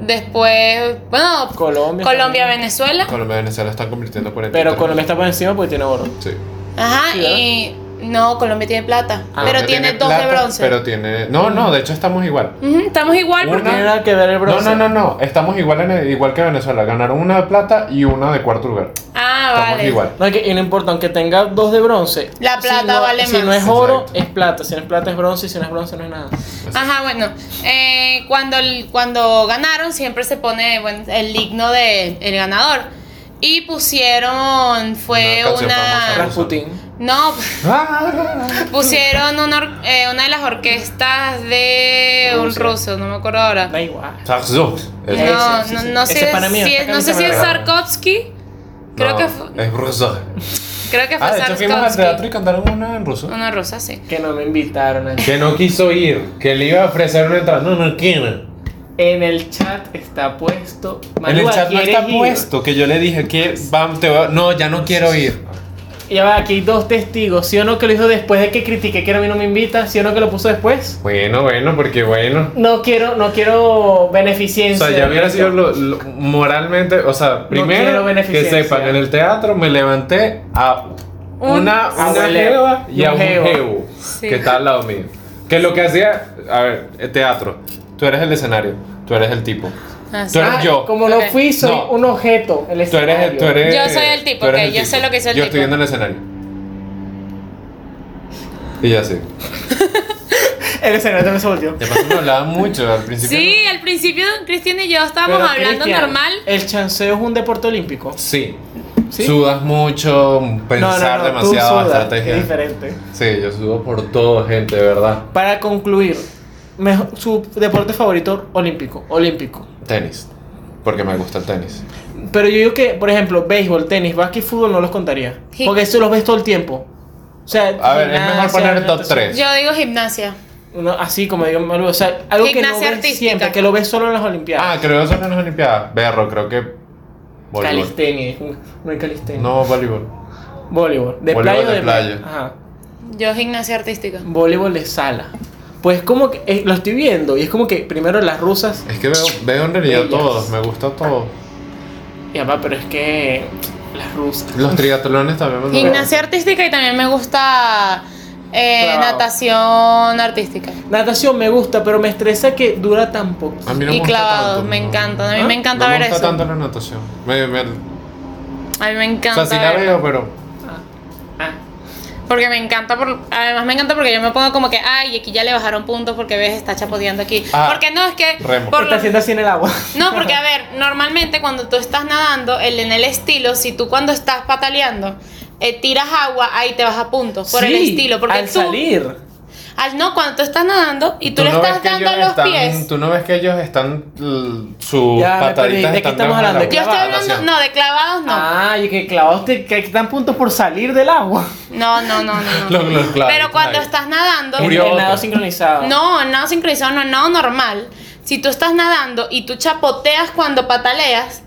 Speaker 3: Después, bueno,
Speaker 2: Colombia.
Speaker 3: Colombia,
Speaker 2: también.
Speaker 3: Venezuela.
Speaker 1: Colombia y Venezuela están convirtiendo en 43.
Speaker 2: Pero Colombia está por encima porque tiene oro.
Speaker 1: Sí.
Speaker 3: Ajá,
Speaker 2: Sí, ¿verdad?
Speaker 3: y. No, Colombia tiene plata,
Speaker 2: Ah,
Speaker 3: pero
Speaker 1: Colombia
Speaker 3: tiene, dos
Speaker 1: plata,
Speaker 3: de bronce.
Speaker 1: Pero tiene. No, no, de hecho estamos igual.
Speaker 3: Ujú, estamos igual
Speaker 1: Una-
Speaker 2: No
Speaker 3: porque.
Speaker 2: tiene nada que ver el
Speaker 1: No,
Speaker 2: bronce.
Speaker 1: no, no, no. Estamos igual, en, igual que Venezuela. Ganaron una de plata y una de cuarto lugar.
Speaker 3: Ah,
Speaker 1: Estamos
Speaker 3: vale.
Speaker 1: igual.
Speaker 2: No, es que- y no importa, aunque tenga dos de bronce.
Speaker 3: La plata
Speaker 2: si no,
Speaker 3: vale
Speaker 2: Si
Speaker 3: más.
Speaker 2: no es oro,
Speaker 1: Exacto.
Speaker 2: es plata. Si no es plata, es bronce. Y si no es bronce, no es nada.
Speaker 3: Ajá, bueno, eh, cuando, el- cuando ganaron siempre se pone bueno, el digno del ganador. Y pusieron, fue
Speaker 1: Una
Speaker 3: una...
Speaker 1: canción
Speaker 3: Ah.
Speaker 1: famosa.
Speaker 2: Rasputin.
Speaker 3: No,
Speaker 1: Ah,
Speaker 3: pusieron una, or- eh, una de las orquestas de un ruso, no me acuerdo ahora.
Speaker 2: Da igual.
Speaker 1: Tarzuk.
Speaker 3: No,
Speaker 1: Es-
Speaker 2: Ese,
Speaker 3: no,
Speaker 2: ese, ese.
Speaker 3: no
Speaker 2: Ese
Speaker 3: sé,
Speaker 2: para mí,
Speaker 3: si,
Speaker 2: esta
Speaker 3: es- no sé
Speaker 2: camisa
Speaker 3: si
Speaker 2: me
Speaker 3: es
Speaker 2: la ganó.
Speaker 3: Sarkovsky. Creo
Speaker 1: no,
Speaker 3: que fue,
Speaker 1: Es ruso.
Speaker 3: creo que fue Mm.
Speaker 1: Ah, de hecho fuimos al teatro
Speaker 3: Sarkovsky.
Speaker 1: y cantaron una en ruso.
Speaker 3: Una rusa, sí.
Speaker 2: Que no me invitaron. a-
Speaker 1: Que no quiso ir, que le iba a ofrecer una entrada. No, no quiere.
Speaker 2: En el chat está puesto.
Speaker 1: En el
Speaker 2: Malúa,
Speaker 1: chat no
Speaker 2: ¿quieres
Speaker 1: está
Speaker 2: ir?
Speaker 1: puesto que yo le dije que vamos, te voy a- No, ya no quiero ir.
Speaker 2: Ya va, aquí hay dos testigos. ¿Sí o no que lo hizo después de que critiqué que a mí no me invita? ¿Sí o no que lo puso después?
Speaker 1: Bueno, bueno, porque bueno.
Speaker 2: No quiero, no quiero
Speaker 1: O
Speaker 2: beneficencia.
Speaker 1: sea, ya hubiera
Speaker 2: del
Speaker 1: sido
Speaker 2: resto.
Speaker 1: lo- lo- moralmente, o sea, primero
Speaker 2: quiero
Speaker 1: que
Speaker 2: beneficencia.
Speaker 1: sepan, en el teatro me levanté a
Speaker 3: Un-
Speaker 1: una,
Speaker 2: a
Speaker 1: una
Speaker 2: hueler.
Speaker 1: jeva y
Speaker 2: Y
Speaker 1: a un
Speaker 2: un jebo.
Speaker 1: jevo
Speaker 3: Sí.
Speaker 1: que está al lado mío. Que lo que hacía, a ver, el teatro, tú eres el escenario, tú eres el tipo.
Speaker 3: Ah, sí.
Speaker 1: Tú eres
Speaker 2: Ah,
Speaker 1: yo.
Speaker 2: como no
Speaker 3: Ok.
Speaker 2: fui, soy
Speaker 1: No.
Speaker 2: un objeto. El
Speaker 1: Tú eres, tú eres,
Speaker 3: Yo soy el tipo,
Speaker 1: tú eres
Speaker 3: ok,
Speaker 1: el
Speaker 3: yo
Speaker 1: tipo.
Speaker 3: sé lo que hizo el
Speaker 1: Yo estoy
Speaker 3: tipo.
Speaker 1: viendo el escenario. Y ya sí.
Speaker 2: El escenario también se volvió.
Speaker 1: De paso me hablaba mucho al principio.
Speaker 3: Sí, al principio Cristian y yo estábamos
Speaker 2: Pero,
Speaker 3: hablando
Speaker 2: Cristian,
Speaker 3: normal.
Speaker 2: El chanceo es un deporte olímpico.
Speaker 1: no- Sí.
Speaker 2: ¿Sí?
Speaker 1: Sudas mucho,
Speaker 2: No,
Speaker 1: pensar
Speaker 2: no, no, tú
Speaker 1: demasiado
Speaker 2: sudas,
Speaker 1: estrategia.
Speaker 2: Es diferente.
Speaker 1: Sí, yo sudo por todo, gente, de verdad.
Speaker 2: Para concluir, mejo- su deporte favorito olímpico, olímpico.
Speaker 1: Tenis. Porque me gusta el tenis.
Speaker 2: Pero yo digo que, por ejemplo, béisbol, tenis, básquet y fútbol no los contaría.
Speaker 3: Sí.
Speaker 2: Porque eso los ves todo el tiempo. O sea,
Speaker 1: A ver, es mejor
Speaker 2: gimnasia,
Speaker 1: poner top
Speaker 2: natación.
Speaker 1: tres.
Speaker 3: Yo digo gimnasia.
Speaker 2: No, así como digo, Maru, o sea, algo que no
Speaker 3: Gimnasia
Speaker 2: ves
Speaker 3: artística.
Speaker 2: siempre, que lo ves solo en las
Speaker 1: Ah,
Speaker 2: Olimpiadas.
Speaker 1: creo que son en las Olimpiadas. Berro, creo que. Ah, Voleibol.
Speaker 2: calistenia, no hay calistenia.
Speaker 1: No, voleibol.
Speaker 2: Voleibol, de
Speaker 1: Voleibol
Speaker 2: playa o
Speaker 1: de
Speaker 2: de playa.
Speaker 1: playa.
Speaker 2: Ajá.
Speaker 3: Yo gimnasia artística.
Speaker 2: Voleibol de sala. Pues como que eh, lo estoy viendo y es como que primero las rusas
Speaker 1: Es que veo, veo en realidad
Speaker 2: Ellas.
Speaker 1: todos, me gusta todo.
Speaker 2: y papá, pero es que las rusas.
Speaker 1: Los triatlones también me
Speaker 3: Gimnasia artística y también me gusta eh,
Speaker 2: Claro.
Speaker 3: natación artística.
Speaker 2: Natación me gusta, pero me estresa que dura tan poco.
Speaker 1: A mí no me
Speaker 3: y
Speaker 1: gusta
Speaker 3: clavados,
Speaker 1: tanto,
Speaker 3: me
Speaker 1: no.
Speaker 3: encanta. A mí
Speaker 2: ¿Ah?
Speaker 3: me encanta
Speaker 1: no
Speaker 3: ver
Speaker 1: me gusta
Speaker 3: eso.
Speaker 1: tanto la natación. Me- me- o
Speaker 3: A mí me encanta.
Speaker 1: sea, sí la
Speaker 3: verlo.
Speaker 1: veo, pero.
Speaker 2: Ah,
Speaker 3: Porque me encanta, por, además me encanta porque yo me pongo como que, ay, aquí ya le bajaron puntos porque ves, está chapoteando aquí.
Speaker 1: Ah,
Speaker 3: porque no, es que...
Speaker 1: remo.
Speaker 3: por
Speaker 2: está
Speaker 3: lo-
Speaker 2: haciendo así en el agua.
Speaker 3: no, porque a ver, normalmente cuando tú estás nadando, el, en el estilo, si tú cuando estás pataleando, eh, tiras agua, ahí te vas a puntos por el
Speaker 2: Sí,
Speaker 3: estilo. Porque
Speaker 2: al
Speaker 3: tú,
Speaker 2: salir.
Speaker 3: al no, cuando tú estás nadando y tú, le
Speaker 1: no ves
Speaker 3: estás
Speaker 1: que
Speaker 3: dando
Speaker 1: ellos
Speaker 3: los
Speaker 1: están-
Speaker 3: pies.
Speaker 1: Tú no ves que ellos están. l- Sus
Speaker 2: Ya, me perdí.
Speaker 1: pataditas
Speaker 2: ¿De qué
Speaker 1: están
Speaker 2: estamos
Speaker 1: debajo
Speaker 2: hablando?
Speaker 1: del
Speaker 3: Yo
Speaker 1: agua.
Speaker 3: estoy hablando,
Speaker 1: Natación.
Speaker 3: no, de clavados no.
Speaker 2: Ah, y que clavados te que dan puntos por salir del agua.
Speaker 3: No, no, no, no. no.
Speaker 1: Los- los clavados,
Speaker 3: Pero cuando
Speaker 1: ahí.
Speaker 3: estás nadando,
Speaker 1: Murió
Speaker 2: El
Speaker 1: otro.
Speaker 2: nado sincronizado.
Speaker 3: No, en nado sincronizado, no, en nado normal. Si tú estás nadando y tú chapoteas cuando pataleas,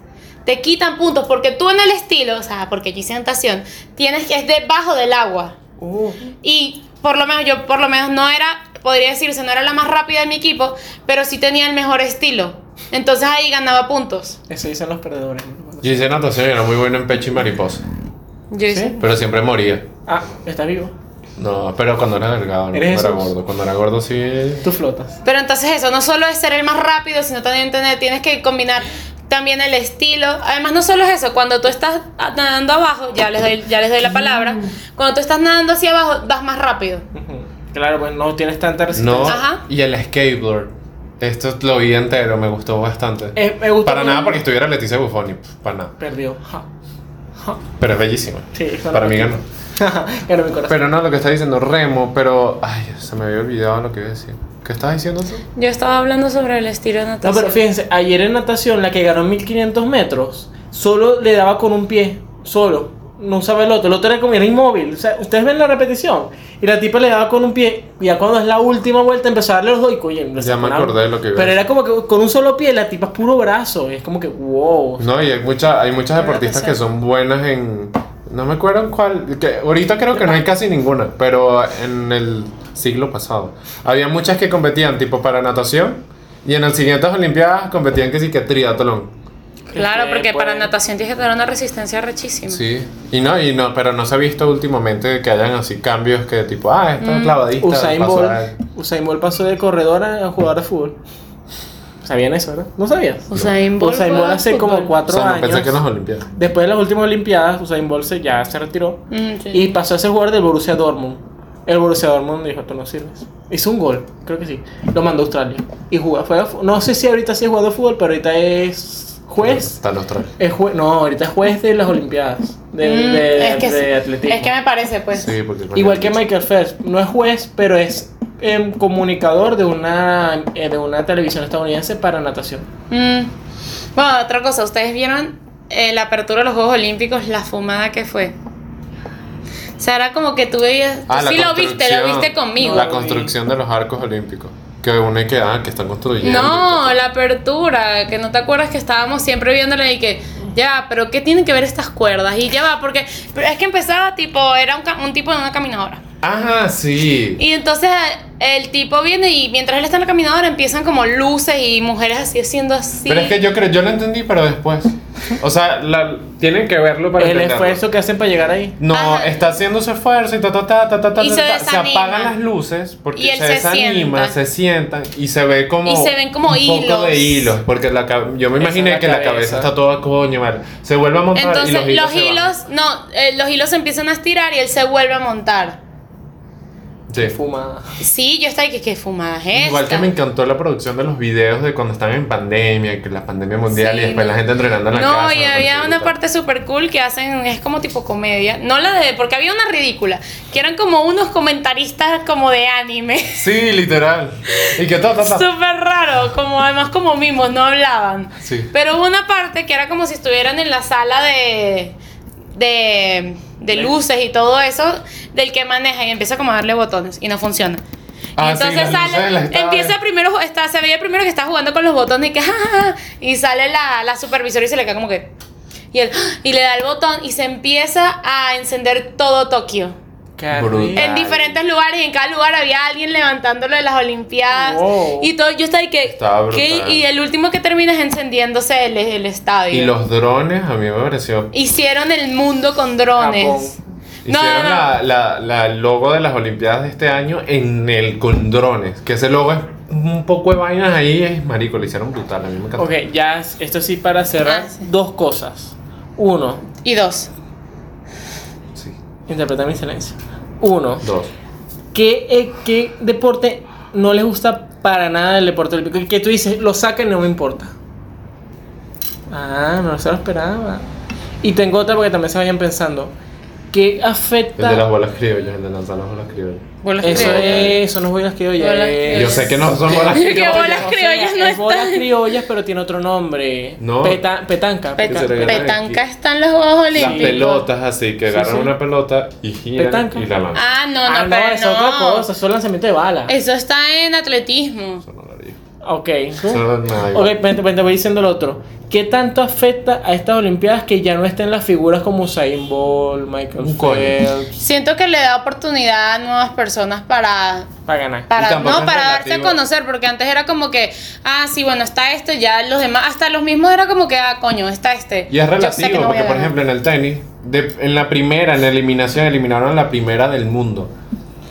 Speaker 3: te quitan puntos porque tú en el estilo, o sea, porque yo hice natación, tienes que es debajo del agua.
Speaker 2: Uh,
Speaker 3: Y por lo menos yo, por lo menos no era, podría decirse, no era la más rápida de mi equipo, pero sí tenía el mejor estilo. Entonces ahí ganaba puntos.
Speaker 2: eso dicen los perdedores.
Speaker 1: Yo hice natación y era muy bueno en pecho y mariposa.
Speaker 3: Yo hice.
Speaker 1: Pero siempre moría.
Speaker 2: Ah, estás vivo.
Speaker 1: No, pero cuando era delgado, no cuando
Speaker 2: ¿Eres
Speaker 1: era
Speaker 2: Jesús?
Speaker 1: gordo. Cuando era gordo sí.
Speaker 2: Tú flotas.
Speaker 3: Pero entonces eso, no solo es ser el más rápido, sino también tener, tienes que combinar también el estilo. Además, no solo es eso, cuando tú estás nadando abajo, ya les doy, ya les doy la palabra, cuando tú estás nadando hacia abajo, das más rápido.
Speaker 2: Ujú. Claro, pues no tienes tanta resistencia.
Speaker 1: No.
Speaker 3: Ajá.
Speaker 1: Y el skateboard. Esto lo vi entero, me gustó bastante.
Speaker 2: Eh, me gusta
Speaker 1: para
Speaker 2: muy-
Speaker 1: nada porque estuviera Leticia Buffoni, pf, para nada.
Speaker 2: Perdió. Ja.
Speaker 1: Pero es bellísima.
Speaker 2: Sí, eso no
Speaker 1: para mí
Speaker 2: lo
Speaker 1: ganó.
Speaker 2: Ganó mi corazón.
Speaker 1: Pero no, lo que está diciendo Remo, pero. Ay, se me había olvidado lo que iba a decir. ¿Qué estabas diciendo tú?
Speaker 3: Yo estaba hablando sobre el estilo de natación.
Speaker 2: No, pero fíjense, ayer en natación, la que ganó 1500 metros, solo le daba con un pie, solo. No usaba el otro, el otro era como era inmóvil. O sea, ustedes ven la repetición. Y la tipa le daba con un pie. Y ya cuando es la última vuelta empezó a darle los dos y coño, le
Speaker 1: Ya me
Speaker 2: sacó una-
Speaker 1: acordé de lo que iba a
Speaker 2: Pero
Speaker 1: decir.
Speaker 2: era como que con un solo pie, la tipa es puro brazo. Y es como que, wow.
Speaker 1: No, y hay, mucha, hay muchas
Speaker 3: Creo que
Speaker 1: deportistas que
Speaker 3: sí.
Speaker 1: son buenas en. No me acuerdo en cuál. que ahorita creo que no hay casi ninguna, pero en el siglo pasado. Había muchas que competían, tipo para natación, y en las siguientes Olimpiadas competían que sí que triatlón.
Speaker 3: Claro, porque para
Speaker 2: Bueno.
Speaker 3: natación tienes que tener una resistencia rechísima.
Speaker 1: Sí. Y no, y no, pero no se ha visto últimamente que hayan así cambios que tipo, ah, esta es clavadista.
Speaker 2: Mm, Usain
Speaker 1: pasó
Speaker 2: Bolt,
Speaker 1: a-
Speaker 2: Usain Bolt pasó de corredora a jugador de fútbol. ¿Sabían eso, verdad? ¿No sabías?
Speaker 3: Usain Bolt.
Speaker 2: Usain Bolt
Speaker 3: juega
Speaker 2: hace
Speaker 3: fútbol.
Speaker 2: como
Speaker 1: O
Speaker 2: cuatro
Speaker 1: sea, no
Speaker 2: años.
Speaker 1: pensé que en las Olimpiadas.
Speaker 2: Después de las últimas Olimpiadas, Usain Bolt se, ya se retiró.
Speaker 3: Mm, sí.
Speaker 2: Y pasó a ser jugador del Borussia Dortmund. El Borussia Dortmund dijo, tú no sirves. Hizo un gol, creo que sí. Lo mandó a Australia. Y jugó, fue a fu- no sé si ahorita sí es jugador de fútbol, pero ahorita es juez.
Speaker 1: Están los tres.
Speaker 2: Es jue- no, ahorita es juez de las Olimpiadas. De,
Speaker 3: Mm,
Speaker 2: de-
Speaker 3: es, que,
Speaker 2: de
Speaker 3: sí.
Speaker 2: atletismo.
Speaker 3: es que me parece, pues.
Speaker 1: Sí, porque bueno,
Speaker 2: Igual que Michael Phelps, no es juez, pero es em, comunicador de una, eh, de una televisión estadounidense para natación.
Speaker 3: Mm. Bueno, otra cosa, ¿ustedes vieron eh, la apertura de los Juegos Olímpicos, la fumada que fue? O sea, era como que tú veías. tú
Speaker 1: Ah, la
Speaker 3: sí lo viste, lo
Speaker 1: construcción.
Speaker 3: viste conmigo.
Speaker 1: La construcción de los arcos olímpicos. Que une que, ah, que están construyendo.
Speaker 3: No, la apertura, que no te acuerdas que estábamos siempre viéndola y que, ya, pero ¿qué tienen que ver estas cuerdas? Y ya va, porque pero es que empezaba tipo, era un, ca- un tipo en una caminadora.
Speaker 1: Ajá, sí.
Speaker 3: Y entonces el tipo viene y mientras él está en la caminadora empiezan como luces y mujeres así haciendo así.
Speaker 1: Pero es que yo creo, yo lo entendí, pero después. O sea, la- tienen que verlo para
Speaker 2: El
Speaker 1: entenderlo.
Speaker 2: esfuerzo que hacen para llegar ahí.
Speaker 1: No,
Speaker 3: Ajá.
Speaker 1: está haciendo su esfuerzo y ta ta ta ta ta ta.
Speaker 3: Y
Speaker 1: ta,
Speaker 3: se
Speaker 1: ta. se
Speaker 3: desanima.
Speaker 1: apagan las luces porque
Speaker 3: Y él
Speaker 1: se,
Speaker 3: se
Speaker 1: desanima,
Speaker 3: sienta.
Speaker 1: se sientan y se ve como
Speaker 3: Y se ven como
Speaker 1: un
Speaker 3: hilos.
Speaker 1: poco de hilos, porque la ca- yo me
Speaker 2: Esa
Speaker 1: imaginé
Speaker 2: es la
Speaker 1: que la cabeza
Speaker 2: cabeza.
Speaker 1: está toda coño, vale. Se vuelve a montar
Speaker 3: Entonces
Speaker 1: y los hilos, se van.
Speaker 3: no, eh, los hilos se empiezan a estirar y él se vuelve a montar.
Speaker 1: Sí.
Speaker 2: Fumada.
Speaker 3: Sí, yo estaba que qué fumada es
Speaker 1: Igual que
Speaker 3: esta?
Speaker 1: me encantó la producción de los videos de cuando estaban en pandemia, que la pandemia mundial
Speaker 3: Sí,
Speaker 1: y después
Speaker 3: no.
Speaker 1: la gente entrenando en la casa.
Speaker 3: No, y
Speaker 1: me
Speaker 3: había
Speaker 1: pareció
Speaker 3: una
Speaker 1: brutal.
Speaker 3: parte súper cool que hacen, es como tipo comedia. No la de, porque había una ridícula, que eran como unos comentaristas como de anime.
Speaker 1: Sí, literal. Y que ta ta ta.
Speaker 3: Súper raro, como además como mimos, no hablaban.
Speaker 1: Sí.
Speaker 3: Pero hubo una parte que era como si estuvieran en la sala de, de, de luces y todo eso, del que maneja y empieza como a darle botones y no funciona. Y
Speaker 1: Ah, sí, las
Speaker 3: entonces
Speaker 1: luces de
Speaker 3: sale,
Speaker 1: las estaban-
Speaker 3: empieza primero, está, se veía primero que está jugando con los botones y que, "Ja, ja, ja", y sale la, la supervisora y se le cae como que, y él, "Ah", y le da el botón y se empieza a encender todo Tokio.
Speaker 2: Qué
Speaker 1: Brutal.
Speaker 2: rico.
Speaker 3: En diferentes lugares, y en cada lugar había alguien levantándolo de las Olimpiadas.
Speaker 2: Wow.
Speaker 3: Y todo, yo estaba de que.
Speaker 1: Estaba
Speaker 3: ¿qué?
Speaker 1: brutal.
Speaker 3: Y el último que termina es encendiéndose el, el estadio.
Speaker 1: Y los drones a mí me pareció
Speaker 3: Hicieron el mundo con drones.
Speaker 2: Japón.
Speaker 3: No,
Speaker 1: Hicieron
Speaker 3: no, no.
Speaker 1: La, la, la logo de las Olimpiadas de este año en el con drones. Que ese logo es un poco de vainas ahí, es marico, lo hicieron brutal. A mí me encantó.
Speaker 2: Ok, ya, es- esto sí para cerrar.
Speaker 3: Ah, sí.
Speaker 2: Dos cosas. Uno,
Speaker 3: Y dos.
Speaker 1: Sí.
Speaker 2: interpretar mi silencio. Uno,
Speaker 1: Dos.
Speaker 2: ¿qué, eh, qué deporte no les gusta para nada el deporte olímpico? El Que tú dices, lo sacan, no me importa. Ah, no se lo esperaba. Y tengo otra porque también se vayan pensando.
Speaker 1: El
Speaker 2: ¿Qué
Speaker 1: de las
Speaker 2: afecta?
Speaker 1: bolas criollas, el de lanzar las bolas criollas.
Speaker 3: Bolas
Speaker 2: Eso
Speaker 3: criollas.
Speaker 2: es, son los bolas criollas.
Speaker 3: Bolas
Speaker 2: es-
Speaker 1: Yo sé que no son bolas
Speaker 3: Que
Speaker 1: criollas.
Speaker 3: bolas
Speaker 2: o sea,
Speaker 3: criollas no
Speaker 2: es bolas
Speaker 3: están.
Speaker 2: criollas, pero tiene otro nombre.
Speaker 1: No.
Speaker 2: Peta- petanca.
Speaker 1: Pet-
Speaker 3: Peta-
Speaker 1: se regalan
Speaker 3: petanca
Speaker 1: aquí.
Speaker 3: están los Juegos
Speaker 1: Las
Speaker 3: Olímpicos.
Speaker 1: pelotas, así que
Speaker 2: Sí,
Speaker 1: agarran
Speaker 2: sí.
Speaker 1: una pelota y giran
Speaker 2: Petanca.
Speaker 1: y la lanzan.
Speaker 3: Ah, no, no,
Speaker 2: ah, no,
Speaker 3: pero
Speaker 2: es otra
Speaker 3: no.
Speaker 2: cosa, son lanzamiento de bala.
Speaker 3: Eso está en atletismo.
Speaker 1: Eso no lo digo.
Speaker 2: Ok.
Speaker 3: ¿Eh?
Speaker 2: ¿tú?
Speaker 1: Eso nada
Speaker 2: Ok,
Speaker 1: igual.
Speaker 2: espérate, espérate, voy diciendo lo otro. ¿Qué tanto afecta a estas Olimpiadas que ya no estén las figuras como Usain Bolt, Michael
Speaker 1: Un coño.
Speaker 2: Phelps,
Speaker 3: Siento que le da oportunidad a nuevas personas para
Speaker 2: para ganar?
Speaker 1: Y
Speaker 3: Para,
Speaker 1: tampoco
Speaker 3: no,
Speaker 1: es
Speaker 3: para darse
Speaker 1: relativo.
Speaker 3: a conocer, porque antes era como que, ah, sí, bueno, está este, ya los demás, hasta los mismos era como que, ah, coño, está este.
Speaker 1: Y es
Speaker 3: Yo sé que
Speaker 1: relativo,
Speaker 3: no voy a
Speaker 1: porque por
Speaker 3: ganar.
Speaker 1: ejemplo en el tenis, de- en la primera, en la eliminación, eliminaron la primera del mundo.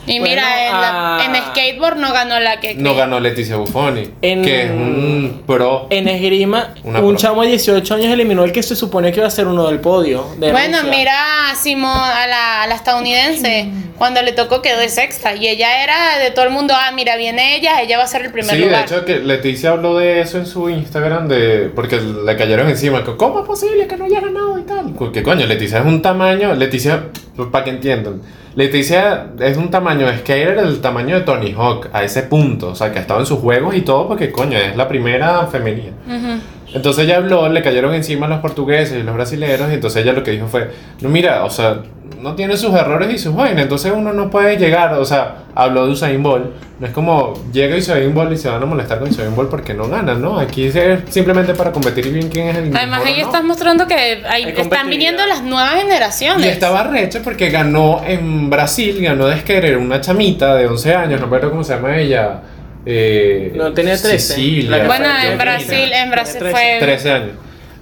Speaker 3: Y
Speaker 2: Bueno,
Speaker 3: mira, en, la-
Speaker 2: ah.
Speaker 3: en skateboard no ganó la que.
Speaker 1: No ganó Leticia Buffoni,
Speaker 2: En-
Speaker 1: que es un pro.
Speaker 2: En esgrima,
Speaker 1: Una
Speaker 2: un
Speaker 1: pro.
Speaker 2: chamo de 18 años eliminó el que se suponía que iba a ser uno del podio. de
Speaker 3: Bueno,
Speaker 2: Rusia.
Speaker 3: mira a Simón, a la, a la estadounidense, cuando le tocó quedó de sexta. Y ella era de todo el mundo, ah, mira, viene ella, ella va a ser el primer
Speaker 1: Sí, de
Speaker 3: lugar.
Speaker 1: hecho que Leticia habló de eso en su Instagram de porque le cayeron encima, que, ¿cómo es posible que no haya ganado y tal? Porque coño, Leticia es un tamaño, Leticia, para que entiendan, Leticia es un tamaño de skater del tamaño de Tony Hawk a ese punto, o sea, que ha estado en sus juegos y todo porque coño, es la primera femenina.
Speaker 3: Ujú.
Speaker 1: Entonces ella habló, le cayeron encima los portugueses y los brasileños, y entonces ella lo que dijo fue, no mira, o sea, no tiene sus errores y sus vainas, entonces uno no puede llegar, o sea, habló de Usain Bolt, no es como llega Usain Bolt y se van a molestar con Usain Bolt porque no gana, ¿no? Aquí es simplemente para competir y bien quién es el
Speaker 3: Además,
Speaker 1: mejor o
Speaker 3: ahí
Speaker 1: no.
Speaker 3: estás mostrando que ahí
Speaker 2: Hay
Speaker 3: están
Speaker 2: competitividad.
Speaker 3: viniendo las nuevas generaciones.
Speaker 1: Y estaba recho porque ganó en Brasil, ganó de querer una chamita de 11 años, no me acuerdo cómo se llama ella. eh,
Speaker 2: No, tenía 13.
Speaker 1: Sicilia,
Speaker 2: La que
Speaker 3: Bueno,
Speaker 1: Argentina.
Speaker 3: en Brasil, en Brasil fue.
Speaker 1: 13 años.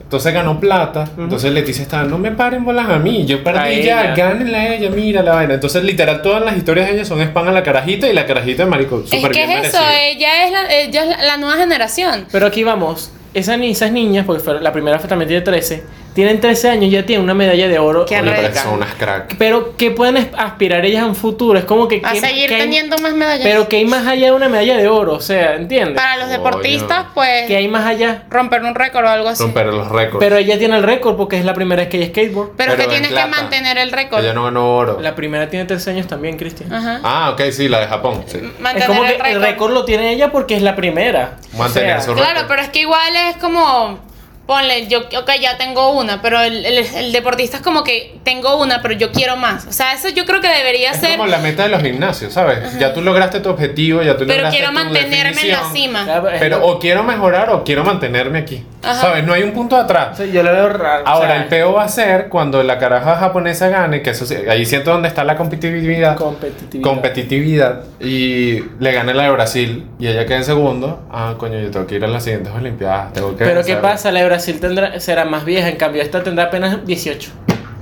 Speaker 1: Entonces ganó plata. Entonces Leticia estaba, no me paren bolas a mí. Yo
Speaker 2: A
Speaker 1: perdí ya,
Speaker 2: ella.
Speaker 1: gánenla a ella, mira la vaina. Entonces, literal, todas las historias de ella son spam a la carajita y la carajita de marico.
Speaker 3: Es
Speaker 1: Súper
Speaker 3: que
Speaker 1: bien
Speaker 3: es eso, eh.
Speaker 1: merecido.
Speaker 3: ella es, la, ella es la- la nueva generación.
Speaker 2: Pero aquí vamos. Esas, ni- esas niñas, porque fue- la primera fue también tiene 13, tienen 13 años, ya tienen una medalla de oro.
Speaker 3: Qué
Speaker 1: Oye, pero
Speaker 3: arreca.
Speaker 1: son unas crack.
Speaker 2: Pero, ¿qué pueden es- aspirar ellas a un futuro? Es como que.
Speaker 3: A
Speaker 2: ¿qué-
Speaker 3: seguir
Speaker 2: qué hay-
Speaker 3: teniendo más medallas.
Speaker 2: Pero, ¿qué hay más allá de una medalla de oro? O sea, ¿entiendes?
Speaker 3: Para los
Speaker 1: Coño.
Speaker 3: deportistas,
Speaker 2: ¿Qué
Speaker 3: pues,
Speaker 2: hay más allá?
Speaker 3: romper un récord o algo así.
Speaker 1: Romper los récords.
Speaker 2: Pero ella tiene el récord porque es la primera vez que ella skateboard.
Speaker 3: Pero, es
Speaker 1: Pero
Speaker 3: que
Speaker 1: en
Speaker 3: tienes que
Speaker 1: plata.
Speaker 3: mantener el récord.
Speaker 1: Ella no ganó oro.
Speaker 2: La primera tiene 13 años también, Cristian.
Speaker 3: Ajá.
Speaker 1: Ah, ok, sí, la de Japón. sí.
Speaker 2: Es
Speaker 3: Mantener
Speaker 2: como que
Speaker 3: el
Speaker 2: el
Speaker 3: récord.
Speaker 2: récord lo tiene ella porque es la primera.
Speaker 1: Mantener su
Speaker 3: Claro,
Speaker 1: récord.
Speaker 3: pero es que igual es como. Ponle, yo, ok, ya tengo una, pero el, el- el deportista es como que tengo una, pero yo quiero más. O sea, eso yo creo que debería
Speaker 1: Es
Speaker 3: ser.
Speaker 1: como la meta de los gimnasios, ¿sabes? Ya tú lograste tu objetivo, ya tú
Speaker 3: Pero
Speaker 1: lograste
Speaker 3: quiero
Speaker 1: tu
Speaker 3: mantenerme en la
Speaker 1: definición,
Speaker 3: cima.
Speaker 2: Claro, es
Speaker 1: Pero
Speaker 2: lo-
Speaker 1: o quiero mejorar o quiero mantenerme aquí.
Speaker 3: Ajá.
Speaker 1: ¿Sabes? No hay un punto
Speaker 2: o
Speaker 1: atrás.
Speaker 2: sea, yo lo veo raro. o
Speaker 1: Ahora,
Speaker 2: sea,
Speaker 1: el peo va a ser cuando la caraja japonesa gane, que eso sí, ahí siento donde está la competitividad.
Speaker 2: Competitividad.
Speaker 1: competitividad y le gane la de Brasil y ella queda en segundo, ah, coño, yo tengo que ir a las siguientes Olimpiadas. Tengo que
Speaker 2: Pero ¿qué
Speaker 1: hacer-
Speaker 2: pasa? La de Brasil tendrá, será más vieja, en cambio esta tendrá apenas 18.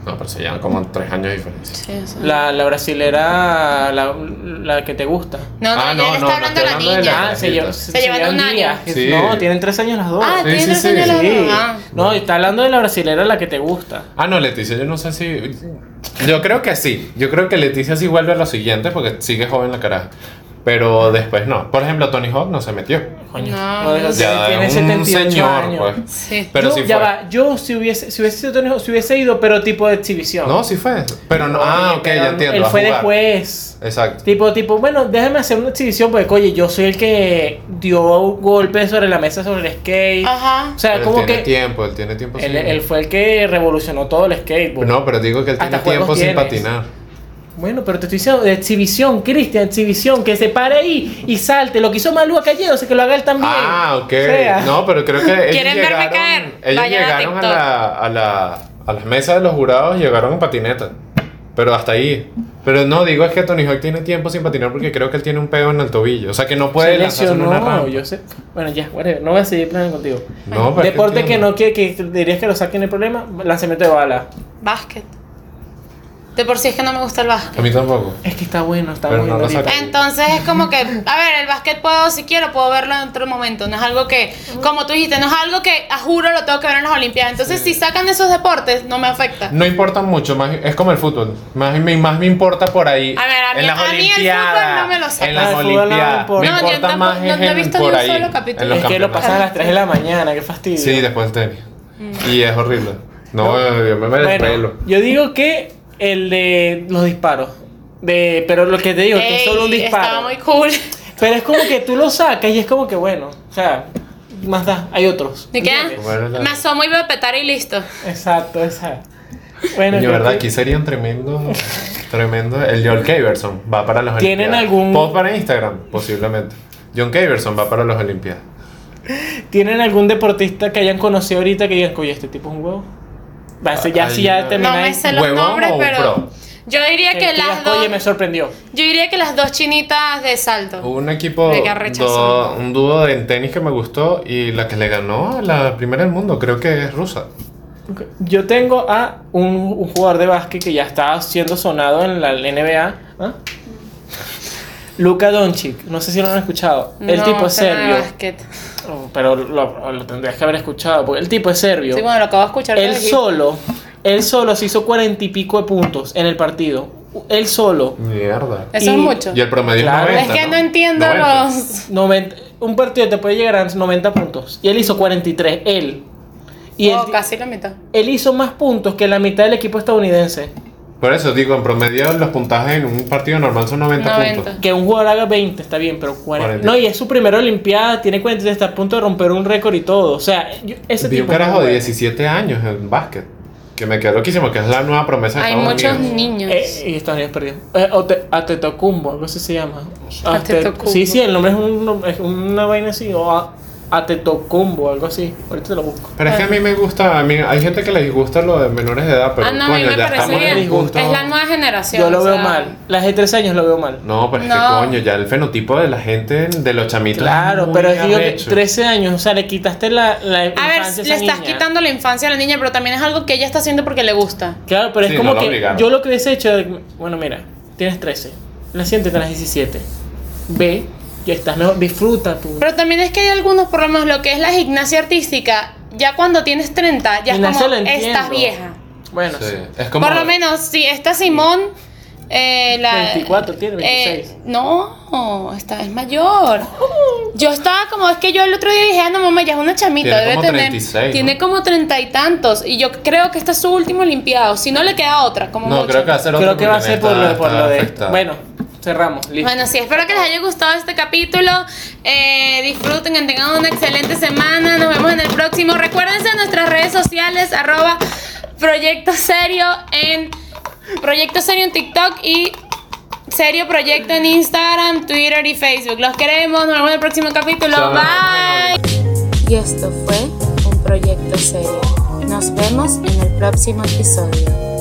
Speaker 1: No, pero se llevan como tres años de diferencia.
Speaker 3: Sí, o sea.
Speaker 2: La, la brasilera, la, la que te gusta.
Speaker 3: No, no,
Speaker 1: Ah,
Speaker 3: ya
Speaker 1: no,
Speaker 3: está
Speaker 1: no, no
Speaker 3: hablando
Speaker 1: estoy
Speaker 3: la
Speaker 1: hablando de
Speaker 3: niña.
Speaker 1: la-
Speaker 2: Ah, se, llevan
Speaker 3: Se llevan un año.
Speaker 2: días.
Speaker 1: Sí.
Speaker 2: No, tienen tres años las dos.
Speaker 3: Ah,
Speaker 1: Sí,
Speaker 3: tiene Ah,
Speaker 1: sí,
Speaker 3: tres
Speaker 1: sí.
Speaker 3: años la
Speaker 2: Sí.
Speaker 3: droga.
Speaker 2: No, está hablando de la brasilera, la que te gusta.
Speaker 1: Ah, no, Leticia, yo no sé si. Yo creo que sí. Yo creo que Leticia sí vuelve a lo siguiente porque sigue joven la caraja. Pero después no. Por ejemplo, Tony Hawk no se metió.
Speaker 2: Coño.
Speaker 3: No,
Speaker 2: o sea,
Speaker 1: Ya
Speaker 2: tiene
Speaker 1: es un
Speaker 2: 78
Speaker 1: señor,
Speaker 2: años.
Speaker 1: pues.
Speaker 3: Sí.
Speaker 1: Pero
Speaker 2: yo,
Speaker 1: sí
Speaker 2: ya
Speaker 1: fue.
Speaker 2: va, yo si hubiese, si hubiese sido Tony Hawk, si hubiese ido, pero tipo de exhibición.
Speaker 1: No, sí fue. Pero no.
Speaker 2: Oye,
Speaker 1: Ah, ok,
Speaker 2: pero
Speaker 1: ya entiendo.
Speaker 2: Él
Speaker 1: a
Speaker 2: fue de
Speaker 1: jugar.
Speaker 2: juez.
Speaker 1: Exacto.
Speaker 2: Tipo, tipo, bueno, déjame hacer una exhibición porque, oye, yo soy el que dio golpes sobre la mesa sobre el skate.
Speaker 3: Ajá.
Speaker 2: O sea,
Speaker 1: Pero
Speaker 2: como
Speaker 1: él tiene
Speaker 2: que
Speaker 1: tiempo, él tiene tiempo.
Speaker 2: él,
Speaker 1: sin-
Speaker 2: él fue el que revolucionó todo el pues. skateboard.
Speaker 1: No, pero digo que él tiene
Speaker 2: Hasta juegos
Speaker 1: tiempo sin
Speaker 2: tienes.
Speaker 1: patinar.
Speaker 2: Bueno, pero te estoy diciendo, de exhibición, Cristian, exhibición, que se pare ahí y salte. Lo que hizo Malúa Calledo, o sea, que lo haga él también.
Speaker 1: Ah, ok.
Speaker 2: O sea,
Speaker 1: No, pero creo que ellos
Speaker 3: ¿Quieren verme
Speaker 1: llegaron,
Speaker 3: caer?
Speaker 1: ellos
Speaker 3: Vayan a
Speaker 1: llegaron a,
Speaker 3: TikTok.
Speaker 1: la, a, la, a las mesas de los jurados, llegaron en patineta. Pero hasta ahí. Pero no, digo es que Tony Hawk tiene tiempo sin patinar porque creo que él tiene un pego en el tobillo. O sea que no puede
Speaker 2: se
Speaker 1: lanzarse en
Speaker 2: lesionó,
Speaker 1: una rampa.
Speaker 2: yo sé. Bueno, ya, whatever, no voy a seguir planeando contigo.
Speaker 1: No, pero es
Speaker 2: Deporte que
Speaker 1: entiendo.
Speaker 2: no quiere, que dirías que lo saquen el problema, lanzamiento de bala.
Speaker 3: Básquet. De por sí es que no me gusta el básquet.
Speaker 1: A mí tampoco.
Speaker 2: Es que está bueno, está
Speaker 1: Pero
Speaker 2: muy
Speaker 1: no lo
Speaker 2: bonito.
Speaker 1: saca.
Speaker 3: Entonces es como que, a ver, el básquet puedo, si quiero, puedo verlo en otro momento. No es algo que, como tú dijiste, no es algo que, a juro, lo tengo que ver en las Olimpiadas. Entonces, si sacan esos deportes, no me afecta.
Speaker 1: No importa mucho, más, es como el fútbol. Más, me- más me importa por ahí.
Speaker 3: A ver, a mí-
Speaker 1: en las
Speaker 3: a mí el
Speaker 1: Olimpiadas,
Speaker 3: fútbol no me lo saca.
Speaker 1: En las
Speaker 2: Ah, el fútbol no me
Speaker 1: Olimpiadas.
Speaker 2: importa.
Speaker 1: Me
Speaker 3: No, yo
Speaker 1: importa
Speaker 3: tampoco-
Speaker 1: más
Speaker 3: no- no he
Speaker 1: es en-
Speaker 3: visto ni
Speaker 1: por
Speaker 3: un
Speaker 1: ahí.
Speaker 3: solo capítulo.
Speaker 1: en los
Speaker 2: Es que lo
Speaker 1: campeonatos.
Speaker 2: pasan a las 3 de la mañana, qué fastidio.
Speaker 1: Sí, después el tenis.
Speaker 3: Mm.
Speaker 1: Y es horrible. No, yo me me
Speaker 2: bueno,
Speaker 1: desvelo.
Speaker 2: yo digo que el de los disparos. De, pero lo que te digo, que es
Speaker 3: Ey,
Speaker 2: solo un
Speaker 3: Estaba
Speaker 2: disparo.
Speaker 3: muy cool.
Speaker 2: Pero es como que tú lo sacas y es como que bueno, o sea, más da, hay otros.
Speaker 3: ¿De qué?
Speaker 1: Bueno, la-
Speaker 3: Me asomo y veo petar y listo.
Speaker 2: Exacto, exacto. Bueno,
Speaker 1: Coño,
Speaker 2: creo
Speaker 1: verdad,
Speaker 2: que
Speaker 1: aquí serían tremendo. tremendo. El John Caverson va para los
Speaker 2: ¿Tienen
Speaker 1: Olimpiadas.
Speaker 2: algún-
Speaker 1: Post para Instagram, posiblemente. John Caverson va para los Olimpiadas.
Speaker 2: ¿Tienen algún deportista que hayan conocido ahorita que digan, oye, este tipo es un huevo? Va, si ya,
Speaker 1: Ay,
Speaker 2: si ya
Speaker 1: no.
Speaker 3: No me
Speaker 2: termináis.
Speaker 3: sé los
Speaker 1: ¿Huevón
Speaker 3: nombres,
Speaker 1: o un
Speaker 3: pero.
Speaker 1: pro?
Speaker 3: Yo diría que
Speaker 2: que
Speaker 3: las
Speaker 2: digas, Oye, me
Speaker 3: dos.
Speaker 2: sorprendió.
Speaker 3: Yo diría que las dos chinitas de salto.
Speaker 1: Hubo un equipo,
Speaker 3: Me queda rechazo.
Speaker 1: do- un dúo en tenis que me gustó y la que le ganó a la primera del mundo, creo que es rusa.
Speaker 2: Ok. Yo tengo a un, un jugador de básquet que ya está siendo sonado en la NBA. ¿ah? Luka Doncic, no sé si lo han escuchado. el
Speaker 3: No,
Speaker 2: tipo es
Speaker 3: pero no de
Speaker 2: serbio.
Speaker 3: básquet.
Speaker 2: Oh, Pero lo, lo tendrías que haber escuchado, porque el tipo es serbio.
Speaker 3: Sí, bueno, lo acabo de escuchar. que
Speaker 2: él
Speaker 3: dijiste.
Speaker 2: solo, él solo se hizo cuarenta y pico de puntos en el partido. Él solo.
Speaker 1: Mierda.
Speaker 3: Eso es
Speaker 2: Y-
Speaker 3: mucho.
Speaker 1: Y el promedio
Speaker 2: Claro.
Speaker 1: es
Speaker 3: Es
Speaker 1: 90.
Speaker 3: que no entiendo
Speaker 1: 90.
Speaker 3: los.
Speaker 2: 90 un partido te puede llegar a 90 puntos. Y él hizo 43, él. Y
Speaker 3: Oh,
Speaker 2: él,
Speaker 3: casi la mitad.
Speaker 2: él hizo más puntos que la mitad del equipo estadounidense.
Speaker 1: Por eso digo, en promedio los puntajes en un partido normal son 90,
Speaker 3: 90.
Speaker 1: puntos.
Speaker 2: Que un jugador haga 20, está bien, pero 40.
Speaker 1: 40.
Speaker 2: No, y es su primera Olimpiada, tiene 40, está a punto de romper un récord y todo. O sea, yo- ese
Speaker 1: Vi
Speaker 2: tipo.
Speaker 1: un
Speaker 2: es
Speaker 1: carajo
Speaker 2: muy
Speaker 1: de
Speaker 2: bueno.
Speaker 1: 17 años en básquet. Que me quedó loquísimo, que es la nueva promesa de
Speaker 3: Hay
Speaker 1: Estados
Speaker 3: muchos
Speaker 1: Unidos.
Speaker 3: niños.
Speaker 2: Eh, y Estados Unidos perdió. Eh, o te- Atetocumbo, algo así se llama. Ate-
Speaker 3: Atetocumbo.
Speaker 2: Sí, sí, el nombre es, un nom- es una vaina así. O a- Atetocumbo, algo así. Ahorita te lo busco.
Speaker 1: Pero es que a mí me gusta, a mí, hay gente que les gusta lo de menores de edad, pero
Speaker 3: ah, no, a mí
Speaker 1: coño,
Speaker 3: me
Speaker 1: ya
Speaker 3: parece
Speaker 1: estamos
Speaker 3: bien.
Speaker 1: en
Speaker 2: el
Speaker 1: un punto.
Speaker 3: Es la nueva generación.
Speaker 2: Yo lo
Speaker 3: o
Speaker 2: veo
Speaker 3: sea,
Speaker 2: mal. Las de 13 años lo veo mal.
Speaker 1: No, pero es
Speaker 3: No.
Speaker 1: que coño, ya el fenotipo de la gente, de los chamitos. es
Speaker 2: Claro,
Speaker 1: muy
Speaker 2: pero es que digo que
Speaker 1: arrecho.
Speaker 2: 13 años, o sea, le quitaste la, la
Speaker 3: A
Speaker 2: infancia
Speaker 3: ver,
Speaker 2: esa
Speaker 3: le estás
Speaker 2: niña.
Speaker 3: quitando la infancia a la niña, pero también es algo que ella está haciendo porque le gusta.
Speaker 2: Claro, pero es
Speaker 1: Sí,
Speaker 2: como
Speaker 1: no la
Speaker 2: que
Speaker 1: obligaron.
Speaker 2: yo lo que hubiese hecho, era- bueno, mira, tienes 13, la siguiente tenés 17. Ve, ya estás mejor, disfruta tú.
Speaker 3: Pero también es que hay algunos problemas, lo que es la gimnasia artística. ya cuando tienes 30, ya es
Speaker 2: En eso
Speaker 3: como,
Speaker 2: lo entiendo.
Speaker 3: estás vieja.
Speaker 2: Bueno, sí.
Speaker 1: Sí, Es como.
Speaker 3: Por lo menos, si está Simón, eh, la...
Speaker 2: 24 tiene, 26.
Speaker 3: Eh, no, está, es mayor. Yo estaba como, es que yo el otro día dije, ah, no, mamá, ya es una chamita,
Speaker 1: Tiene
Speaker 3: debe
Speaker 1: como
Speaker 3: tener.
Speaker 1: 36, ¿no?
Speaker 3: Tiene como treinta y tantos. Y yo creo que este es su último limpiado. Si no, le queda otra, como
Speaker 1: No,
Speaker 3: mucho.
Speaker 1: creo que va a ser otro. Ah,
Speaker 2: Creo que va a
Speaker 1: porque
Speaker 2: ser por
Speaker 1: está-
Speaker 2: lo, por
Speaker 1: está
Speaker 2: lo de.
Speaker 1: afectado.
Speaker 2: Bueno, cerramos. Listo.
Speaker 3: Bueno, sí, espero que les haya gustado este capítulo. Eh, disfruten, que tengan una excelente semana. Nos vemos en el próximo. Recuérdense en nuestras redes sociales, arroba Proyecto Serio en Proyecto Serio en TikTok y Serio Proyecto en Instagram, Twitter y Facebook. Los queremos, nos vemos en el próximo capítulo.
Speaker 1: Chao.
Speaker 3: Bye.
Speaker 4: Y esto fue un proyecto serio. Nos vemos en el próximo episodio.